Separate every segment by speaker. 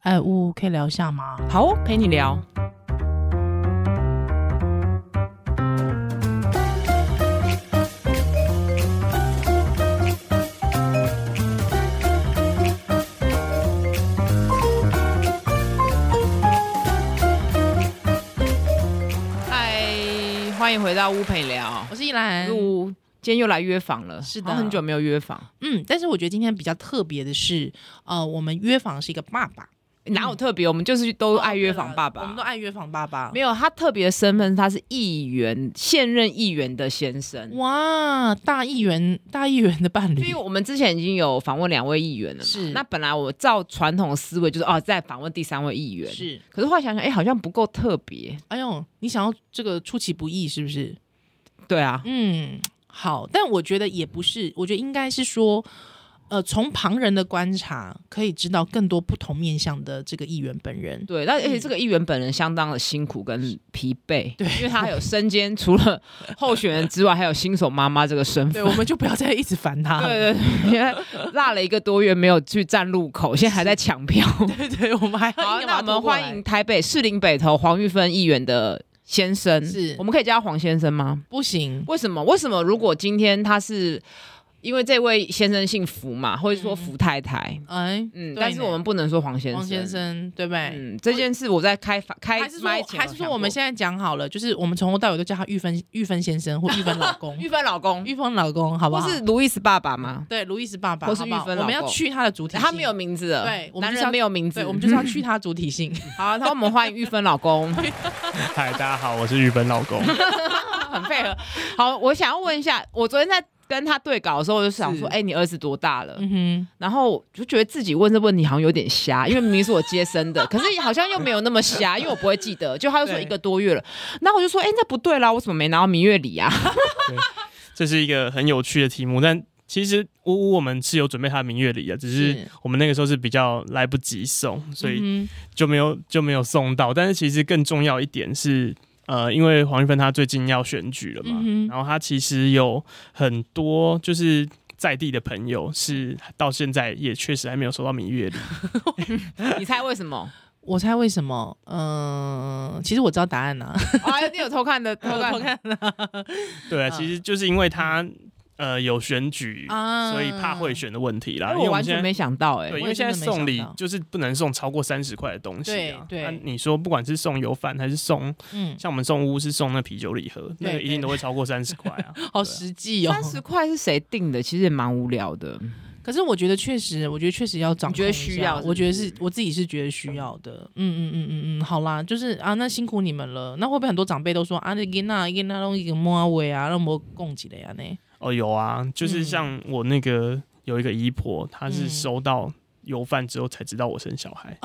Speaker 1: 哎，呜，可以聊一下吗？
Speaker 2: 好哦，陪你聊。嗨，欢迎回到屋陪聊。
Speaker 1: 我是依兰，
Speaker 2: 录今天又来约访了，
Speaker 1: 是的
Speaker 2: 好像很久没有约访，
Speaker 1: 嗯，但是我觉得今天比较特别的是，呃，我们约访是一个爸爸，
Speaker 2: 哪有特别？我们就是都爱约访爸
Speaker 1: 我们都
Speaker 2: 爸。
Speaker 1: 爱约访爸爸
Speaker 2: 没。有，他特别的身份，他是议员，现任议员的先生。
Speaker 1: 嗯哇，大议员，大议员的伴
Speaker 2: 因
Speaker 1: 侣
Speaker 2: 为，我们之前已经有访问两位议员了嘛，
Speaker 1: 是
Speaker 2: 那本来我照传统思维就是哦，再访问第三位议员，
Speaker 1: 是，
Speaker 2: 可是后来想想，哎，好像不够特别，
Speaker 1: 哎呦，你想要这个出其不意是不是？
Speaker 2: 对啊，
Speaker 1: 嗯，好，但我觉得也不是，我觉得应该是说，呃，从旁人的观察可以知道更多不同面向的这个议员本人。
Speaker 2: 对，那而且这个议员本人相当的辛苦跟疲惫，
Speaker 1: 嗯对
Speaker 2: 因为他有身兼除了候选人之外，还有新手妈妈这 个身
Speaker 1: 对，
Speaker 2: 份。
Speaker 1: 我们就不要再一直烦他。
Speaker 2: 对对对，因为落了一个多月没有去站路口，现在还在抢票。
Speaker 1: 对 对，我们还要
Speaker 2: 好，
Speaker 1: 硬要把它
Speaker 2: 那我们
Speaker 1: 拖过
Speaker 2: 欢
Speaker 1: 来
Speaker 2: 迎台北士林北投黄玉芬议员的先生，
Speaker 1: 是
Speaker 2: 我们可以叫他黄先生吗？
Speaker 1: 不行，
Speaker 2: 为什么？为什么？如果今天他是因为这位先生姓福嘛，或者说福太太，
Speaker 1: 哎，
Speaker 2: 嗯，
Speaker 1: 对
Speaker 2: 但是
Speaker 1: 呢
Speaker 2: 我们不能说嗯黄先生。
Speaker 1: 王先，生对不对？
Speaker 2: 嗯，这件事我在开发开
Speaker 1: 还是
Speaker 2: 麦
Speaker 1: 说，
Speaker 2: 前
Speaker 1: 还是说我们
Speaker 2: 先
Speaker 1: 现在讲好了，就是我们从头到尾都叫他玉芬玉芬先生或玉芬老 公，
Speaker 2: 玉芬老公，
Speaker 1: 玉芬老公，好不好？
Speaker 2: 或是路易斯爸爸吗？
Speaker 1: 对路易斯爸爸，
Speaker 2: 或是
Speaker 1: 好不好
Speaker 2: 玉芬
Speaker 1: 我们要
Speaker 2: 老公哎
Speaker 1: 去他的主体性，
Speaker 2: 他没有名字了，
Speaker 1: 对我们
Speaker 2: 男
Speaker 1: 就是要
Speaker 2: 人没有名字，
Speaker 1: 对，我们 就是要去他的主体性。
Speaker 2: 好，啊那我们欢迎玉芬老 公，
Speaker 3: 嗨，大家好，我是日本老公。
Speaker 2: 很配合。好，我想要问一下，我昨天在跟他对稿的时候，我就想说，
Speaker 1: 是
Speaker 2: 哎、你儿子多大了？
Speaker 1: 嗯
Speaker 2: 然后我就觉得自己问这问题好像有点瞎，因为明明是我接生 的，可是好像又没有那么瞎，因为我不会记得。就他就说
Speaker 1: 对
Speaker 2: 一个多月了，那我就说，哎、那不对啦，我怎么没拿到明月礼啊？
Speaker 3: 这是一个很有趣的题目，但其实呜呜我们是有准备他的明月礼的，只
Speaker 1: 是
Speaker 3: 是我们那个时候是比较来不及送，
Speaker 1: 哼，
Speaker 3: 所以
Speaker 1: 嗯
Speaker 3: 就没有就没有送到。但是其实更重要一点是，呃，因为黄玉芬她最近要选举了嘛，
Speaker 1: 嗯哼
Speaker 3: 然后她其实有很多就是。在地的朋友是到现在也确实还没有收到明月礼，
Speaker 2: 你猜为什 么？
Speaker 1: 哼我猜为什么？嗯，其实我知道答案了，
Speaker 2: 啊，你 有偷看的，偷看
Speaker 1: 我看了
Speaker 3: 对啊，
Speaker 1: 嗯
Speaker 3: 其实就是因为她呃有选举，
Speaker 1: 啊
Speaker 3: 所以怕贿选的问题啦。
Speaker 2: 哎
Speaker 3: 因为
Speaker 2: 我
Speaker 3: 我
Speaker 2: 完
Speaker 3: 们现在
Speaker 2: 全没想到、哎
Speaker 1: 我
Speaker 3: 对，因
Speaker 1: 也
Speaker 3: 为现在
Speaker 1: 真的没
Speaker 3: 送礼
Speaker 1: 想到
Speaker 3: 就是不能送超过三十块的东西啊。
Speaker 1: 对对
Speaker 3: 那你说不管是送油饭还是送，
Speaker 1: 嗯，
Speaker 3: 像我们送屋是送那啤酒礼盒，那个一定都会超过三十 块啊。
Speaker 1: 好
Speaker 3: 对啊
Speaker 1: 实际哦。
Speaker 2: 三十块是谁定的？其实也蛮无聊的。
Speaker 1: 可是我觉得确实，我觉得确实要掌控
Speaker 2: 你觉得
Speaker 1: 一
Speaker 2: 需
Speaker 1: 下
Speaker 2: 要是不
Speaker 1: 我觉得
Speaker 2: 是
Speaker 1: 是我自己是觉得需要的。嗯嗯嗯嗯嗯，好啦，就是啊，那辛苦你们了。那会不会很多长辈都说啊，那囡仔囡仔弄一个摸尾啊，让我供给的呀呢？
Speaker 3: 哦，有啊，就是
Speaker 1: 嗯
Speaker 3: 像我那个有一个姨婆，她
Speaker 1: 嗯
Speaker 3: 是收到油饭之后才知道我生小 孩，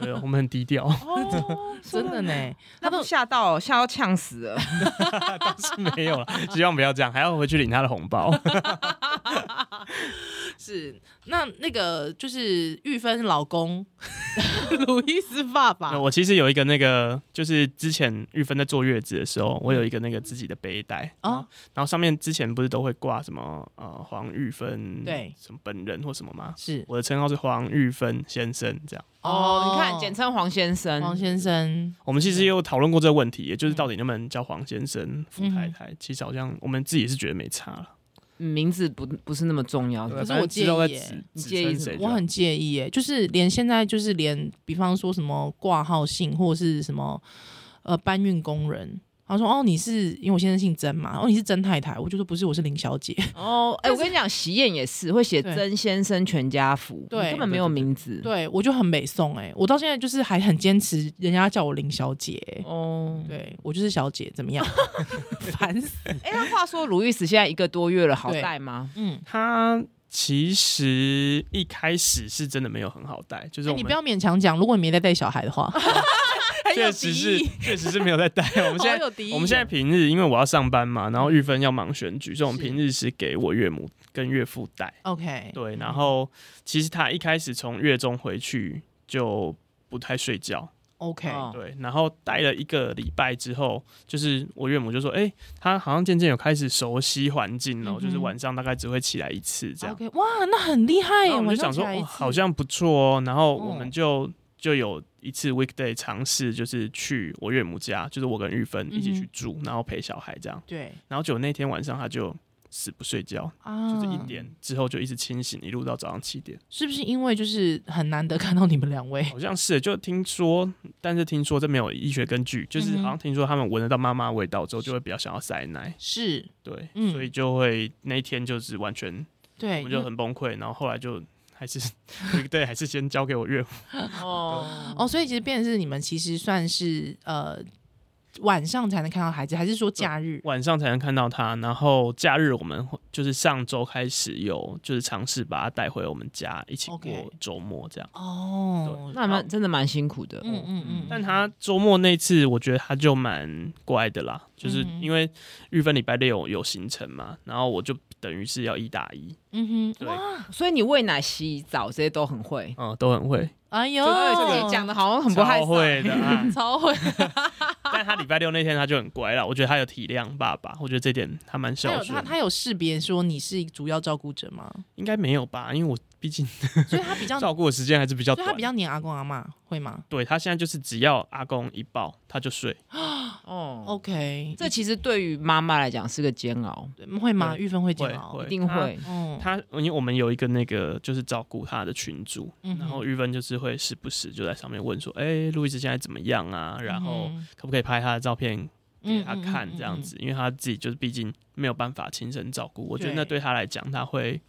Speaker 3: 对，我们很低调，
Speaker 2: 哦，
Speaker 1: 真的，呢，
Speaker 2: 那都吓到，吓到呛死 了。
Speaker 3: 倒是没有了，希望不要这样，还要回去领她的红包。
Speaker 1: 是那那个就是玉芬老公鲁伊斯爸
Speaker 3: 那
Speaker 2: 哦
Speaker 1: 爸，
Speaker 3: 我其实有一个那个，就是之前玉芬在坐月子的时候，我有一个那个自己的背带
Speaker 1: 哦
Speaker 3: 啊，然后上面之前不是都会挂什么呃黄玉芬
Speaker 1: 对
Speaker 3: 什么本人或什么吗？
Speaker 1: 是
Speaker 3: 我的称号是黄玉芬先生，这样。
Speaker 2: 哦，你看，简称黄先生，
Speaker 1: 王先生，
Speaker 3: 我们其
Speaker 1: 嗯
Speaker 3: 实也有讨论过这个问题，也就是到底能不能叫黄先生、福太太。其实好像我们自己也是觉得没差了。
Speaker 2: 嗯名字不不是那么重要。
Speaker 1: 哦可是
Speaker 3: 反正
Speaker 1: 我介
Speaker 3: 知道
Speaker 1: 意
Speaker 3: 在
Speaker 1: 耶
Speaker 3: 指
Speaker 2: 你
Speaker 3: 指
Speaker 2: 介意
Speaker 3: 称
Speaker 2: 什
Speaker 3: 谁就
Speaker 1: 我
Speaker 3: 好
Speaker 1: 很介意耶，就是连现在就是连，比方说什么挂号信或者是什么呃搬运工人，他说哦你是因为我先生姓曾嘛，哦你是曾太太，我就说不是，我是林小姐。
Speaker 3: 嗯
Speaker 2: 哦，哎、我跟你讲，喜宴也是会写
Speaker 1: 对
Speaker 2: 曾先生全家福，
Speaker 1: 对
Speaker 2: 你根本没有名 字。
Speaker 1: 对我就很美颂哎，我到现在就是还很坚持，人家叫我林小姐欸，
Speaker 2: 哦，
Speaker 3: 嗯
Speaker 1: 对我就是小姐，怎 么样？烦死。
Speaker 2: 哎、那话说，鲁易斯现在一个多月了，好
Speaker 1: 对
Speaker 2: 带吗？
Speaker 1: 嗯，
Speaker 3: 他其实一开始是真的没有很好带，就是
Speaker 1: 哎
Speaker 3: 我
Speaker 1: 你
Speaker 3: 们
Speaker 1: 不要勉强讲，如果你没在带小孩的 话，很有
Speaker 3: 确
Speaker 1: 敌
Speaker 3: 实是
Speaker 1: 意，
Speaker 3: 确实是没有在带。我们现在
Speaker 1: 好有敌意哦。
Speaker 3: 我们现在平日因为我要上班嘛，
Speaker 1: 嗯
Speaker 3: 然后玉芬要忙选举，所以我们平日是给我岳母跟岳父带。
Speaker 1: 哎 OK，
Speaker 3: 对，然后其实他一开始从月中回去就不太睡觉，
Speaker 1: OK，
Speaker 2: 哦
Speaker 3: 对，然后带了一个礼拜之后，就是我岳母就说，哎、他好像渐渐有开始熟悉环境了，
Speaker 1: 嗯哼哦
Speaker 3: 就是晚上大概只会起来一次这样。
Speaker 1: OK，哇，那很厉害
Speaker 3: 然
Speaker 1: 耶！
Speaker 3: 后我们就
Speaker 1: 晚上
Speaker 3: 想说，
Speaker 1: 起来一
Speaker 3: 哦，
Speaker 1: 次
Speaker 3: 好像不错哦。然后我们就就有一次 weekday 尝试，就是去我岳母家，就是我跟玉芬
Speaker 1: 嗯
Speaker 3: 一起去住，然后陪小孩这样。
Speaker 1: 对
Speaker 3: 然后就那天晚上他就死不睡觉，
Speaker 1: 啊，
Speaker 3: 就是一点之后就一直清醒，一路到早上七点。
Speaker 1: 是不是因为就是很难得看到你们两位？
Speaker 3: 好像是，就听说，但是听说这没有医学根据，就是
Speaker 1: 嗯哼
Speaker 3: 好像听说他们闻得到妈妈味道之后，就会比较想要塞奶，
Speaker 1: 是，
Speaker 3: 对，
Speaker 1: 嗯哎
Speaker 3: 所以就会那一天就是完全，我
Speaker 1: 对，
Speaker 3: 们就很崩溃，然后后来就还是 对，还是先交给我岳父，
Speaker 2: 哦
Speaker 1: 哦，所以其实变成是你们其实算是呃晚上才能看到孩子，还是说假日？
Speaker 3: 晚上才能看到他，然后假日我们会就是上周开始有就是尝试把他带回我们家一起
Speaker 1: OK
Speaker 3: 过周末这样，
Speaker 1: 哦，
Speaker 2: 那蛮真的蛮辛苦的。
Speaker 1: 嗯嗯嗯，
Speaker 3: 但他周末那次，我觉得他就蛮乖的啦，就是
Speaker 1: 嗯哼
Speaker 3: 因为玉芬礼拜六有有行程嘛，然后我就等于是要一打一，
Speaker 1: 嗯哼，
Speaker 3: 对
Speaker 2: 所以你喂奶、洗澡这些都很会，
Speaker 3: 嗯，都很会，
Speaker 1: 哎呦，
Speaker 2: 自己讲的好像很不害
Speaker 3: 超会的啊。
Speaker 1: 超会，
Speaker 3: 但他礼拜六那天他就很乖了，我觉得他有体谅爸爸，我觉得这点他蛮
Speaker 1: 他
Speaker 3: 孝
Speaker 1: 有
Speaker 3: 顺
Speaker 1: 他
Speaker 3: 的。
Speaker 1: 他有识别说你是主要照顾者吗？
Speaker 3: 应该没有吧，因为我毕竟
Speaker 1: 所以他比较，所
Speaker 3: 照顾的时间还是比较
Speaker 1: 以
Speaker 3: 短。
Speaker 1: 他比较黏阿公阿妈，会吗
Speaker 3: 对他现在就是只要阿公一抱他就睡，
Speaker 2: 哦。
Speaker 1: ？OK，嗯
Speaker 2: 这其实对于妈妈来讲是个煎熬，
Speaker 1: 会吗？
Speaker 3: 会
Speaker 1: 玉芬会
Speaker 3: 会
Speaker 1: 煎熬，
Speaker 2: 一
Speaker 3: 会
Speaker 2: 定会。
Speaker 1: 嗯，
Speaker 3: 他，因为我们有一个那个就是照顾他的群主，
Speaker 1: 嗯哼
Speaker 3: 然后玉芬就是会时不时就在上面问说，哎、路易斯现在怎么样啊？然后
Speaker 1: 嗯
Speaker 3: 可不可以拍他的照片给他看
Speaker 1: 嗯嗯嗯
Speaker 3: 这样子？因为他自己就是毕竟没有办法亲身照顾，我觉得
Speaker 1: 对
Speaker 3: 那对他来讲，他会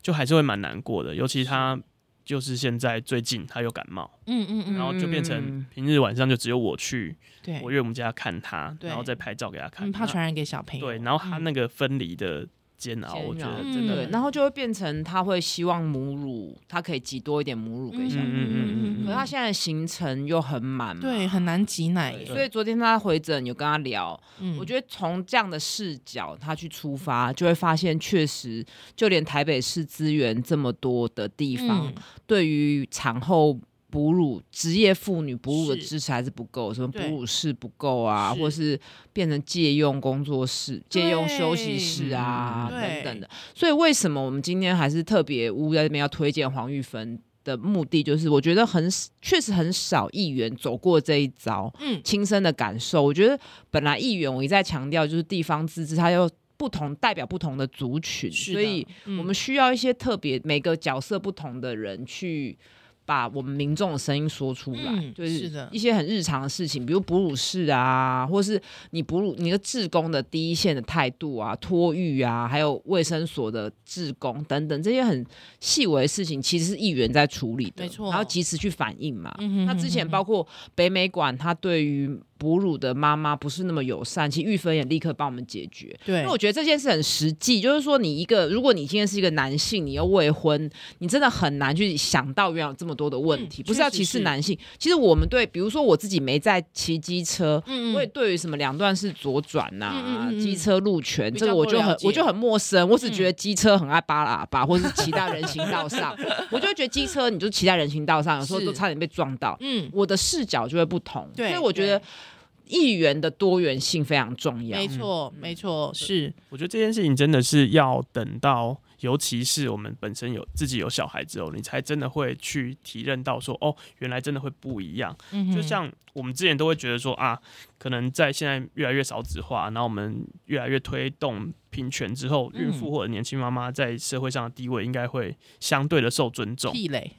Speaker 3: 就还是会蛮难过的，尤其他。就是现在最近他又感冒，
Speaker 1: 嗯嗯嗯，
Speaker 3: 然后就变成
Speaker 2: 嗯
Speaker 3: 平日晚上就只有我去
Speaker 1: 对
Speaker 3: 我，岳母家看他，
Speaker 1: 对
Speaker 3: 然后再拍照给他看。
Speaker 1: 嗯，怕传染给小朋友，
Speaker 3: 对，然后他
Speaker 1: 嗯
Speaker 3: 那个分离的煎熬，
Speaker 2: 煎
Speaker 3: 我觉
Speaker 2: 熬
Speaker 3: 得
Speaker 1: 嗯
Speaker 3: 真的
Speaker 2: 对，然后就会变成他会希望母乳，他可以挤多一点母乳给小孩。
Speaker 3: 嗯
Speaker 2: 可是他现在行程又很满嘛，
Speaker 1: 对，很难挤奶
Speaker 3: 对
Speaker 1: 耶，
Speaker 2: 所以昨天他回诊有跟他聊，
Speaker 1: 嗯
Speaker 2: 我觉得从这样的视角他去出发，就会发现确实，就连台北市资源这么多的地方，
Speaker 1: 嗯
Speaker 2: 对于产后哺乳、职业妇女哺乳的
Speaker 1: 是
Speaker 2: 支持还是不够，什么哺
Speaker 1: 对
Speaker 2: 乳室不够啊，
Speaker 1: 是
Speaker 2: 或是变成借用工作室、借用休息室啊
Speaker 1: 对
Speaker 2: 等等的。所以为什么我们今天还是特别屋在这边要推荐黄玉芬？的目的就是，我觉得很确实很少议员走过这一遭，
Speaker 1: 嗯
Speaker 2: 亲身的感受。我觉得本来议员我一再强调，就是地方自治，它又不同代表不同的族群，
Speaker 1: 是
Speaker 2: 所
Speaker 1: 的
Speaker 2: 以
Speaker 1: 嗯
Speaker 2: 我们需要一些特别每个角色不同的人去把我们民众的声音说出来，
Speaker 1: 嗯
Speaker 2: 就是
Speaker 1: 的
Speaker 2: 一些很日常的事情，比如哺乳室啊，或是你哺乳你的志工的第一线的态度啊，托育啊，还有卫生所的志工等等这些很细微的事情，其实是议员在处理的，
Speaker 1: 没错
Speaker 2: 然后及时去反应嘛。
Speaker 1: 嗯哼
Speaker 2: 那之前包括北美馆，他对于哺乳的妈妈不是那么友善，其实玉芬也立刻帮我们解决。
Speaker 1: 对
Speaker 2: 因为我觉得这件事很实际，就是说你一个，如果你今天是一个男性，你又未婚，你真的很难去想到原来有这么多的问
Speaker 1: 嗯
Speaker 2: 题。不是要
Speaker 1: 确实
Speaker 2: 歧视
Speaker 1: 是
Speaker 2: 男性，其实我们对，比如说我自己没在骑机车。
Speaker 1: 嗯
Speaker 2: 我也对于什么两段式左转呐、
Speaker 1: 嗯嗯嗯嗯
Speaker 2: 机车路权
Speaker 1: 比
Speaker 2: 这
Speaker 1: 较
Speaker 2: 个我
Speaker 1: 不
Speaker 2: 就
Speaker 1: 了
Speaker 2: 很
Speaker 1: 解嗯
Speaker 2: 我就很陌生，我只觉得机车很爱扒喇叭，或是骑到人行道上，我就会觉得机车你就骑在人行道上，有时候
Speaker 1: 是
Speaker 2: 都差点被撞到。
Speaker 1: 嗯
Speaker 2: 我的视角就会不同，所
Speaker 1: 对
Speaker 2: 以我觉得
Speaker 1: 对
Speaker 2: 议员的多元性非常重要。
Speaker 1: 没错没错是
Speaker 3: 我觉得这件事情真的是要等到，尤其是我们本身有自己有小孩之后，你才真的会去体认到说，哦，原来真的会不一样。
Speaker 1: 嗯哼
Speaker 3: 就像我们之前都会觉得说啊，可能在现在越来越少子化，然后我们越来越推动平权之后，
Speaker 1: 嗯
Speaker 3: 孕妇或者年轻妈妈在社会上的地位应该会相对的受尊重。
Speaker 1: 地雷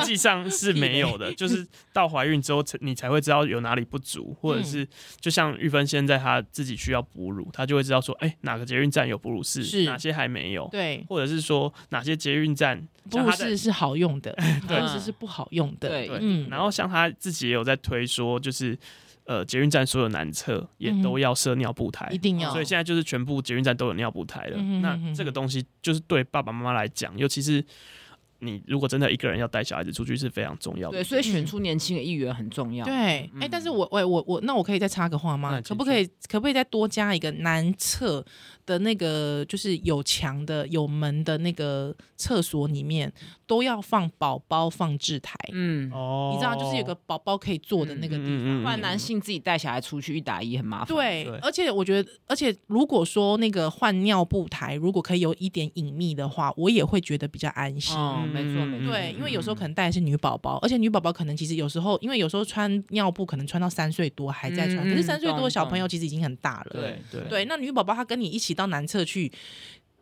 Speaker 3: 实际上是没有的， 就是到怀孕之后，才你才会知道有哪里不足，或
Speaker 1: 嗯
Speaker 3: 者是就像玉芬现在她自己需要哺乳，她就会知道说，哎、哪个捷运站有哺乳室，
Speaker 1: 是
Speaker 3: 哪些还没有，
Speaker 1: 对
Speaker 3: 或者是说哪些捷运站，
Speaker 1: 哺
Speaker 3: 像
Speaker 1: 乳
Speaker 3: 她在
Speaker 1: 室是好用的，哺乳室是不好用的，
Speaker 2: 对
Speaker 1: 嗯
Speaker 3: 然后像她自己也有在推说，就是呃捷运站所有男厕也
Speaker 1: 嗯哼
Speaker 3: 都要设尿布台。
Speaker 1: 一定要
Speaker 3: 嗯所以现在就是全部捷运站都有尿布台了。
Speaker 1: 嗯哼
Speaker 3: 那
Speaker 1: 哼哼
Speaker 3: 这个东西就是对爸爸妈妈来讲，尤其是你如果真的一个人要带小孩子出去是非常重要的。
Speaker 2: 对，所以选
Speaker 1: 嗯
Speaker 2: 出年轻的议员很重要。
Speaker 1: 对，哎、但是我我我我，那我可以再插个话
Speaker 3: 嗯
Speaker 1: 吗？
Speaker 3: 那你
Speaker 1: 可
Speaker 3: 请
Speaker 1: 不可以可不可以再多加一个男厕的那个，就是有墙的、有门的那个厕所里面都要放宝宝放置台，
Speaker 2: 嗯，
Speaker 3: 哦
Speaker 1: 你知道，就是有个宝宝可以坐的那个地方。
Speaker 3: 嗯
Speaker 2: 不然男性自己带小孩出去一打一很麻烦。
Speaker 1: 对
Speaker 3: 对，
Speaker 1: 而且我觉得，而且如果说那个换尿布台如果可以有一点隐秘的话，我也会觉得比较安心。
Speaker 3: 哦
Speaker 2: 嗯，没错没错。
Speaker 1: 对，因为有时候
Speaker 2: 嗯
Speaker 1: 可能带的是女宝宝，而且女宝宝可能其实有时候，因为有时候穿尿布可能穿到三岁多还在穿，
Speaker 2: 嗯
Speaker 1: 可是三岁多
Speaker 2: 懂
Speaker 1: 的小朋友
Speaker 2: 懂
Speaker 1: 其实已经很大了。
Speaker 3: 对对
Speaker 1: 对，那女宝宝她跟你一起到男厕去，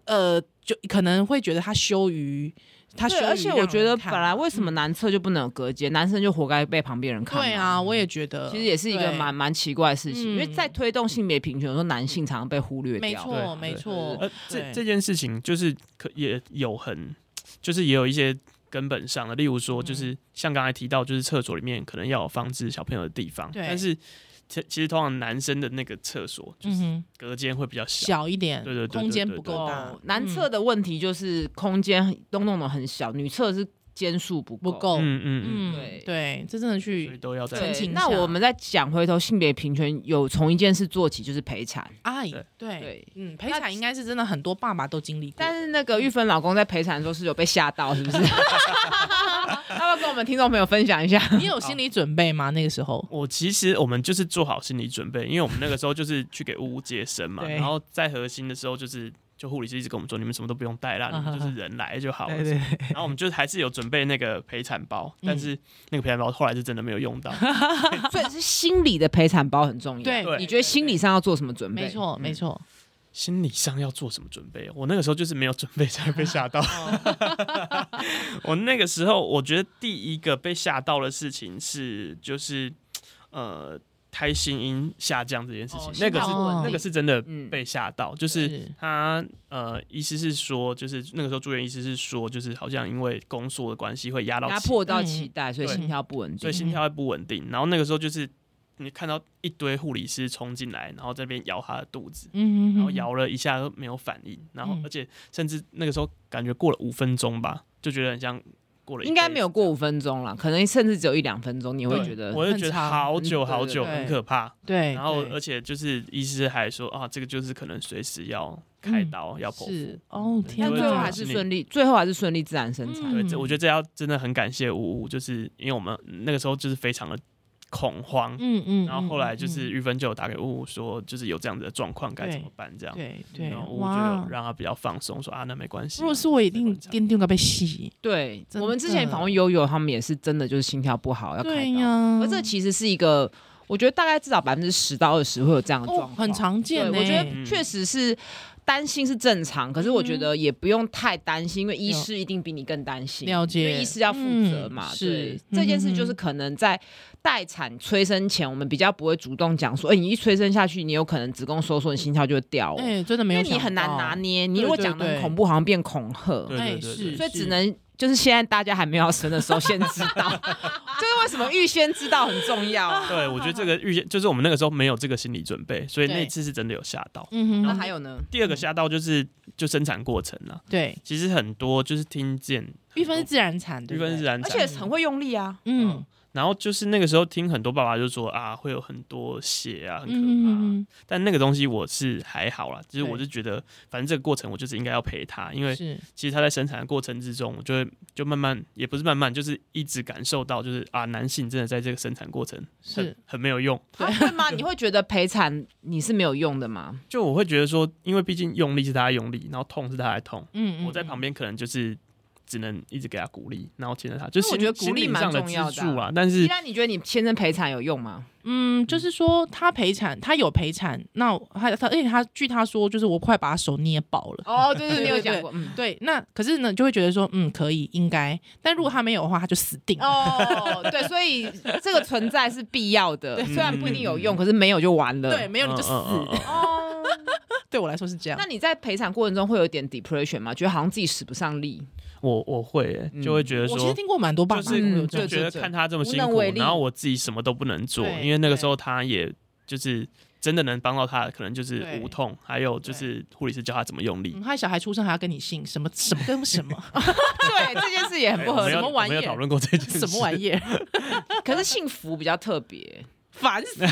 Speaker 1: 呃，就可能会觉得她羞于，她羞
Speaker 2: 对，
Speaker 1: 于
Speaker 2: 而且
Speaker 1: 让
Speaker 2: 我觉得
Speaker 1: 人看
Speaker 2: 本来为什么男厕就不能有隔间，男生就活该被旁边人看嘛。
Speaker 1: 对啊，我也觉得，
Speaker 2: 其实也是一个
Speaker 1: 对
Speaker 2: 蛮蛮奇怪的事情，
Speaker 1: 嗯
Speaker 2: 因为在推动性别平权的时候，男性常常被忽略掉。
Speaker 1: 没
Speaker 3: 对
Speaker 1: 错
Speaker 3: 对
Speaker 1: 没
Speaker 2: 对
Speaker 1: 错，
Speaker 3: 呃，这
Speaker 1: 对
Speaker 3: 这件事情就是可也有很，就是也有一些根本上的，例如说，
Speaker 1: 嗯
Speaker 3: 就是像刚才提到，就是厕所里面可能要有放置小朋友的地方，
Speaker 1: 对
Speaker 3: 但是其其实通常男生的那个厕所就
Speaker 1: 嗯
Speaker 3: 是
Speaker 1: 哼，
Speaker 3: 隔间会比较小，
Speaker 1: 小一点，
Speaker 3: 对对对对
Speaker 1: 空间
Speaker 3: 对
Speaker 1: 不
Speaker 3: 对
Speaker 1: 够大
Speaker 2: 哦，，男厕
Speaker 3: 嗯
Speaker 2: 的问题就是空间都弄得很小，女厕是间数不
Speaker 1: 不
Speaker 2: 够。
Speaker 1: 够，
Speaker 3: 嗯嗯
Speaker 1: 嗯，
Speaker 2: 对
Speaker 1: 对，这真的
Speaker 3: 嗯，所以
Speaker 1: 去
Speaker 3: 都要
Speaker 1: 澄
Speaker 3: 在
Speaker 1: 清一
Speaker 2: 那
Speaker 1: 下
Speaker 2: 我们再讲回头性别平权，有从一件事做起，就是赔偿。
Speaker 1: 哎，
Speaker 3: 对
Speaker 1: 对，
Speaker 2: 对，
Speaker 1: 嗯，陪
Speaker 2: 那
Speaker 1: 产应该是真的很多爸爸都经历过，
Speaker 2: 但是那个玉芬老公在陪产的时候是有被吓到，是不是？ 要不要跟我们听众朋友分享一下？
Speaker 1: 你有心理准备吗？那个时候，
Speaker 3: 我其实我们就是做好心理准备，因为我们那个时候就是去给屋接生嘛，
Speaker 1: 对
Speaker 3: 然后在核心的时候就是。就护理师一直跟我们说，你们什么都不 用带啦，你们就是人来就好了。
Speaker 1: 对，
Speaker 3: 然后我们就还是有准备那个陪产包，
Speaker 1: 嗯
Speaker 3: 但是那个陪产包后来就真的没有用到。
Speaker 2: 所以是心理的陪产包很重要。
Speaker 1: 对
Speaker 3: 对
Speaker 2: 你觉得心理上要做什么准备？
Speaker 1: 没错
Speaker 2: 嗯
Speaker 1: 没错，
Speaker 3: 心理上要做什么准备？我那个时候就是没有准备才被吓到。
Speaker 2: 哦
Speaker 3: 我那个时候，我觉得第一个被吓到的事情是，就是呃，胎心音下降这件事情，
Speaker 2: 哦
Speaker 3: 那个
Speaker 2: 心跳
Speaker 3: 是
Speaker 1: 不稳定
Speaker 3: 那个是真的
Speaker 2: 嗯
Speaker 3: 被吓到，就是
Speaker 1: 是
Speaker 3: 他呃，医师是说，就是那个时候住院医师是说，就是好像因为宫缩的关系会压到
Speaker 2: 压
Speaker 3: 气
Speaker 2: 迫嗯到脐带，所以
Speaker 3: 对
Speaker 2: 心跳不稳
Speaker 3: 嗯所以
Speaker 2: 定。
Speaker 3: 心跳会不稳定。然后那个时候就是你看到一堆护理师冲进来，然后在那边摇他的肚子，
Speaker 1: 嗯哼哼，
Speaker 3: 然后摇了一下都没有反应，然后
Speaker 1: 嗯
Speaker 3: 而且甚至那个时候感觉过了五分钟吧，就觉得很像过了一
Speaker 2: 应该
Speaker 3: 辈
Speaker 2: 没有
Speaker 3: 子
Speaker 2: 过五分钟了，可能甚至只有一两分钟，你会
Speaker 3: 对
Speaker 2: 觉得
Speaker 3: 我就
Speaker 1: 很
Speaker 3: 觉得
Speaker 1: 长
Speaker 3: 好久
Speaker 2: 嗯
Speaker 3: 好
Speaker 2: 对
Speaker 3: 久，
Speaker 1: 对
Speaker 3: 很
Speaker 1: 对
Speaker 3: 可怕。
Speaker 1: 对，
Speaker 3: 然后
Speaker 1: 对
Speaker 3: 而且就是医师还说啊，这个就是可能随时要开
Speaker 1: 嗯
Speaker 3: 刀要剖腹。嗯
Speaker 1: 是哦，天
Speaker 2: 但
Speaker 3: 因
Speaker 2: 最
Speaker 3: 为这
Speaker 2: 后
Speaker 3: 个
Speaker 2: 还
Speaker 1: 哪，
Speaker 2: 是
Speaker 3: 是你
Speaker 2: 顺利，最后还是顺利自然生产。
Speaker 1: 嗯
Speaker 3: 对，这我觉得这要真的很感谢呜呜，就是因为我们那个时候就是非常的恐慌，
Speaker 1: 嗯嗯，
Speaker 3: 然后后来就
Speaker 1: 嗯
Speaker 3: 是玉芬就有打给呜呜说，就是有这样子的状况该怎么办这样。
Speaker 1: 对对，
Speaker 3: 然后呜呜就
Speaker 1: 哇哦
Speaker 3: 有！让他比较放松，说啊那没关系啊。
Speaker 1: 如果是我，一
Speaker 3: 没
Speaker 1: 定
Speaker 3: 关系啊
Speaker 1: 跟丢个被吸。
Speaker 2: 对，
Speaker 1: 真的
Speaker 2: 我们之前访问悠悠，他们也是真的就是心跳不好要开
Speaker 1: 对
Speaker 2: 刀，
Speaker 1: 呀，
Speaker 2: 而这其实是一个，我觉得大概至少百分之十到二十会有这样的
Speaker 1: 哦
Speaker 2: 状况，
Speaker 1: 很常
Speaker 2: 对，
Speaker 1: 见呢。
Speaker 2: 我觉得
Speaker 3: 嗯
Speaker 2: 确实是担心是正常，可是我觉
Speaker 1: 嗯
Speaker 2: 得也不用太担心，因为医师一定比你更担心。
Speaker 1: 了
Speaker 2: 因为
Speaker 1: 解，
Speaker 2: 医师要负责嘛，
Speaker 1: 嗯
Speaker 2: 对
Speaker 1: 是
Speaker 2: 这件事就是可能在待产催生前，我们比较不会主动讲说，哎、你一催生下去，你有可能子宫收缩，你心跳就会掉、哦，
Speaker 1: 哎，真的没
Speaker 2: 因
Speaker 1: 有
Speaker 2: 为
Speaker 1: 想到，
Speaker 2: 你很难拿捏。你
Speaker 1: 对
Speaker 2: 如果
Speaker 1: 对
Speaker 2: 讲的
Speaker 1: 对
Speaker 2: 很恐怖，好像变恐吓，
Speaker 3: 对
Speaker 1: 哎
Speaker 3: 对对
Speaker 1: 是
Speaker 3: 对
Speaker 2: 所以只能就是现在大家还没有要生的时候先知道， 就是为什么预先知道很重要啊。
Speaker 3: 对，我觉得这个预见就是我们那个时候没有这个心理准备，所以那
Speaker 1: 对
Speaker 3: 次是真的有吓到。
Speaker 1: 嗯哼，
Speaker 2: 那还有呢？
Speaker 3: 第二个吓到就是就生产过程了，
Speaker 1: 对，
Speaker 3: 其实很多就是听见
Speaker 1: 玉芬是自然产，对
Speaker 3: 玉
Speaker 1: 不
Speaker 3: 芬是
Speaker 1: 对，
Speaker 3: 然
Speaker 2: 而
Speaker 3: 产，
Speaker 2: 且很会用力啊。
Speaker 1: 嗯，
Speaker 3: 然后就是那个时候听很多爸爸就说啊会有很多血啊，很可怕啊、
Speaker 1: 嗯嗯
Speaker 3: 但那个东西我是还好啦，就是我
Speaker 1: 对
Speaker 3: 是觉得，反正这个过程我就是应该要陪他，因为
Speaker 1: 嗯，是，
Speaker 3: 其实他在生产的过程之中，我就会就慢慢也不是慢慢，就是一直感受到，就是啊，男性真的在这个生产过程
Speaker 1: 是
Speaker 3: 很很没有用。
Speaker 2: 啊会吗？你会觉得陪产你是没有用的吗？
Speaker 3: 就我会觉得说，因为毕竟用力是他的用力，然后痛是他的痛，
Speaker 1: 嗯，嗯
Speaker 3: 我在
Speaker 1: 嗯
Speaker 3: 旁边可能就是只能一直给他鼓励，然后牵着他，就是
Speaker 2: 我
Speaker 3: 心
Speaker 2: 觉得鼓励
Speaker 3: 心灵
Speaker 2: 蛮
Speaker 3: 上的
Speaker 2: 重要
Speaker 3: 支
Speaker 2: 的啊
Speaker 3: 柱啊。但
Speaker 2: 依
Speaker 3: 是
Speaker 2: 然，你觉得你先生陪产有用吗？
Speaker 1: 嗯，就是说他陪产，他有陪产，那他他，而且他据他说，就是我快把他手捏爆了。
Speaker 2: 哦，对对
Speaker 1: 对
Speaker 2: 你有
Speaker 1: 对
Speaker 2: 讲
Speaker 1: 对
Speaker 2: 过，嗯。
Speaker 1: 对，那可是呢，就会觉得说，嗯，可以，应该。但如果他没有的话，他就死定了。
Speaker 2: 哦，对，所以这个存在是必要的，虽然不一定有用，可是没有就完了。
Speaker 1: 对，，没有你就死。
Speaker 3: 嗯嗯嗯嗯
Speaker 2: 哦，
Speaker 1: 对我来说是这样
Speaker 2: 那。你在陪产过程中会有点 depression 吗？觉得好像自己使不上力，
Speaker 3: 我我会、欸、就会觉得
Speaker 1: 我其实
Speaker 3: 说。
Speaker 1: 听过蛮多爸
Speaker 3: 就
Speaker 1: 爸
Speaker 3: 是
Speaker 1: 会有
Speaker 2: 嗯
Speaker 1: 这
Speaker 3: 就
Speaker 1: 种
Speaker 3: 觉得看他这么辛
Speaker 2: 无
Speaker 3: 苦
Speaker 2: 能为，力
Speaker 3: 然后我自己什么都不能做，
Speaker 1: 对
Speaker 3: 因为那个时候他也就是真的能帮到他，的，可能就是
Speaker 1: 对
Speaker 3: 无痛，还有就是护理师教他怎么用力
Speaker 1: 嗯，。害小孩出生还要跟你姓什么什么跟什么
Speaker 2: 对这件事也很不合
Speaker 3: 我
Speaker 2: 理
Speaker 3: 们。
Speaker 1: 什么
Speaker 3: 要
Speaker 1: 玩意儿
Speaker 3: 我们要讨论过这件事，
Speaker 1: 什么玩意 儿，
Speaker 2: 可是幸福比较特别，
Speaker 1: 烦死！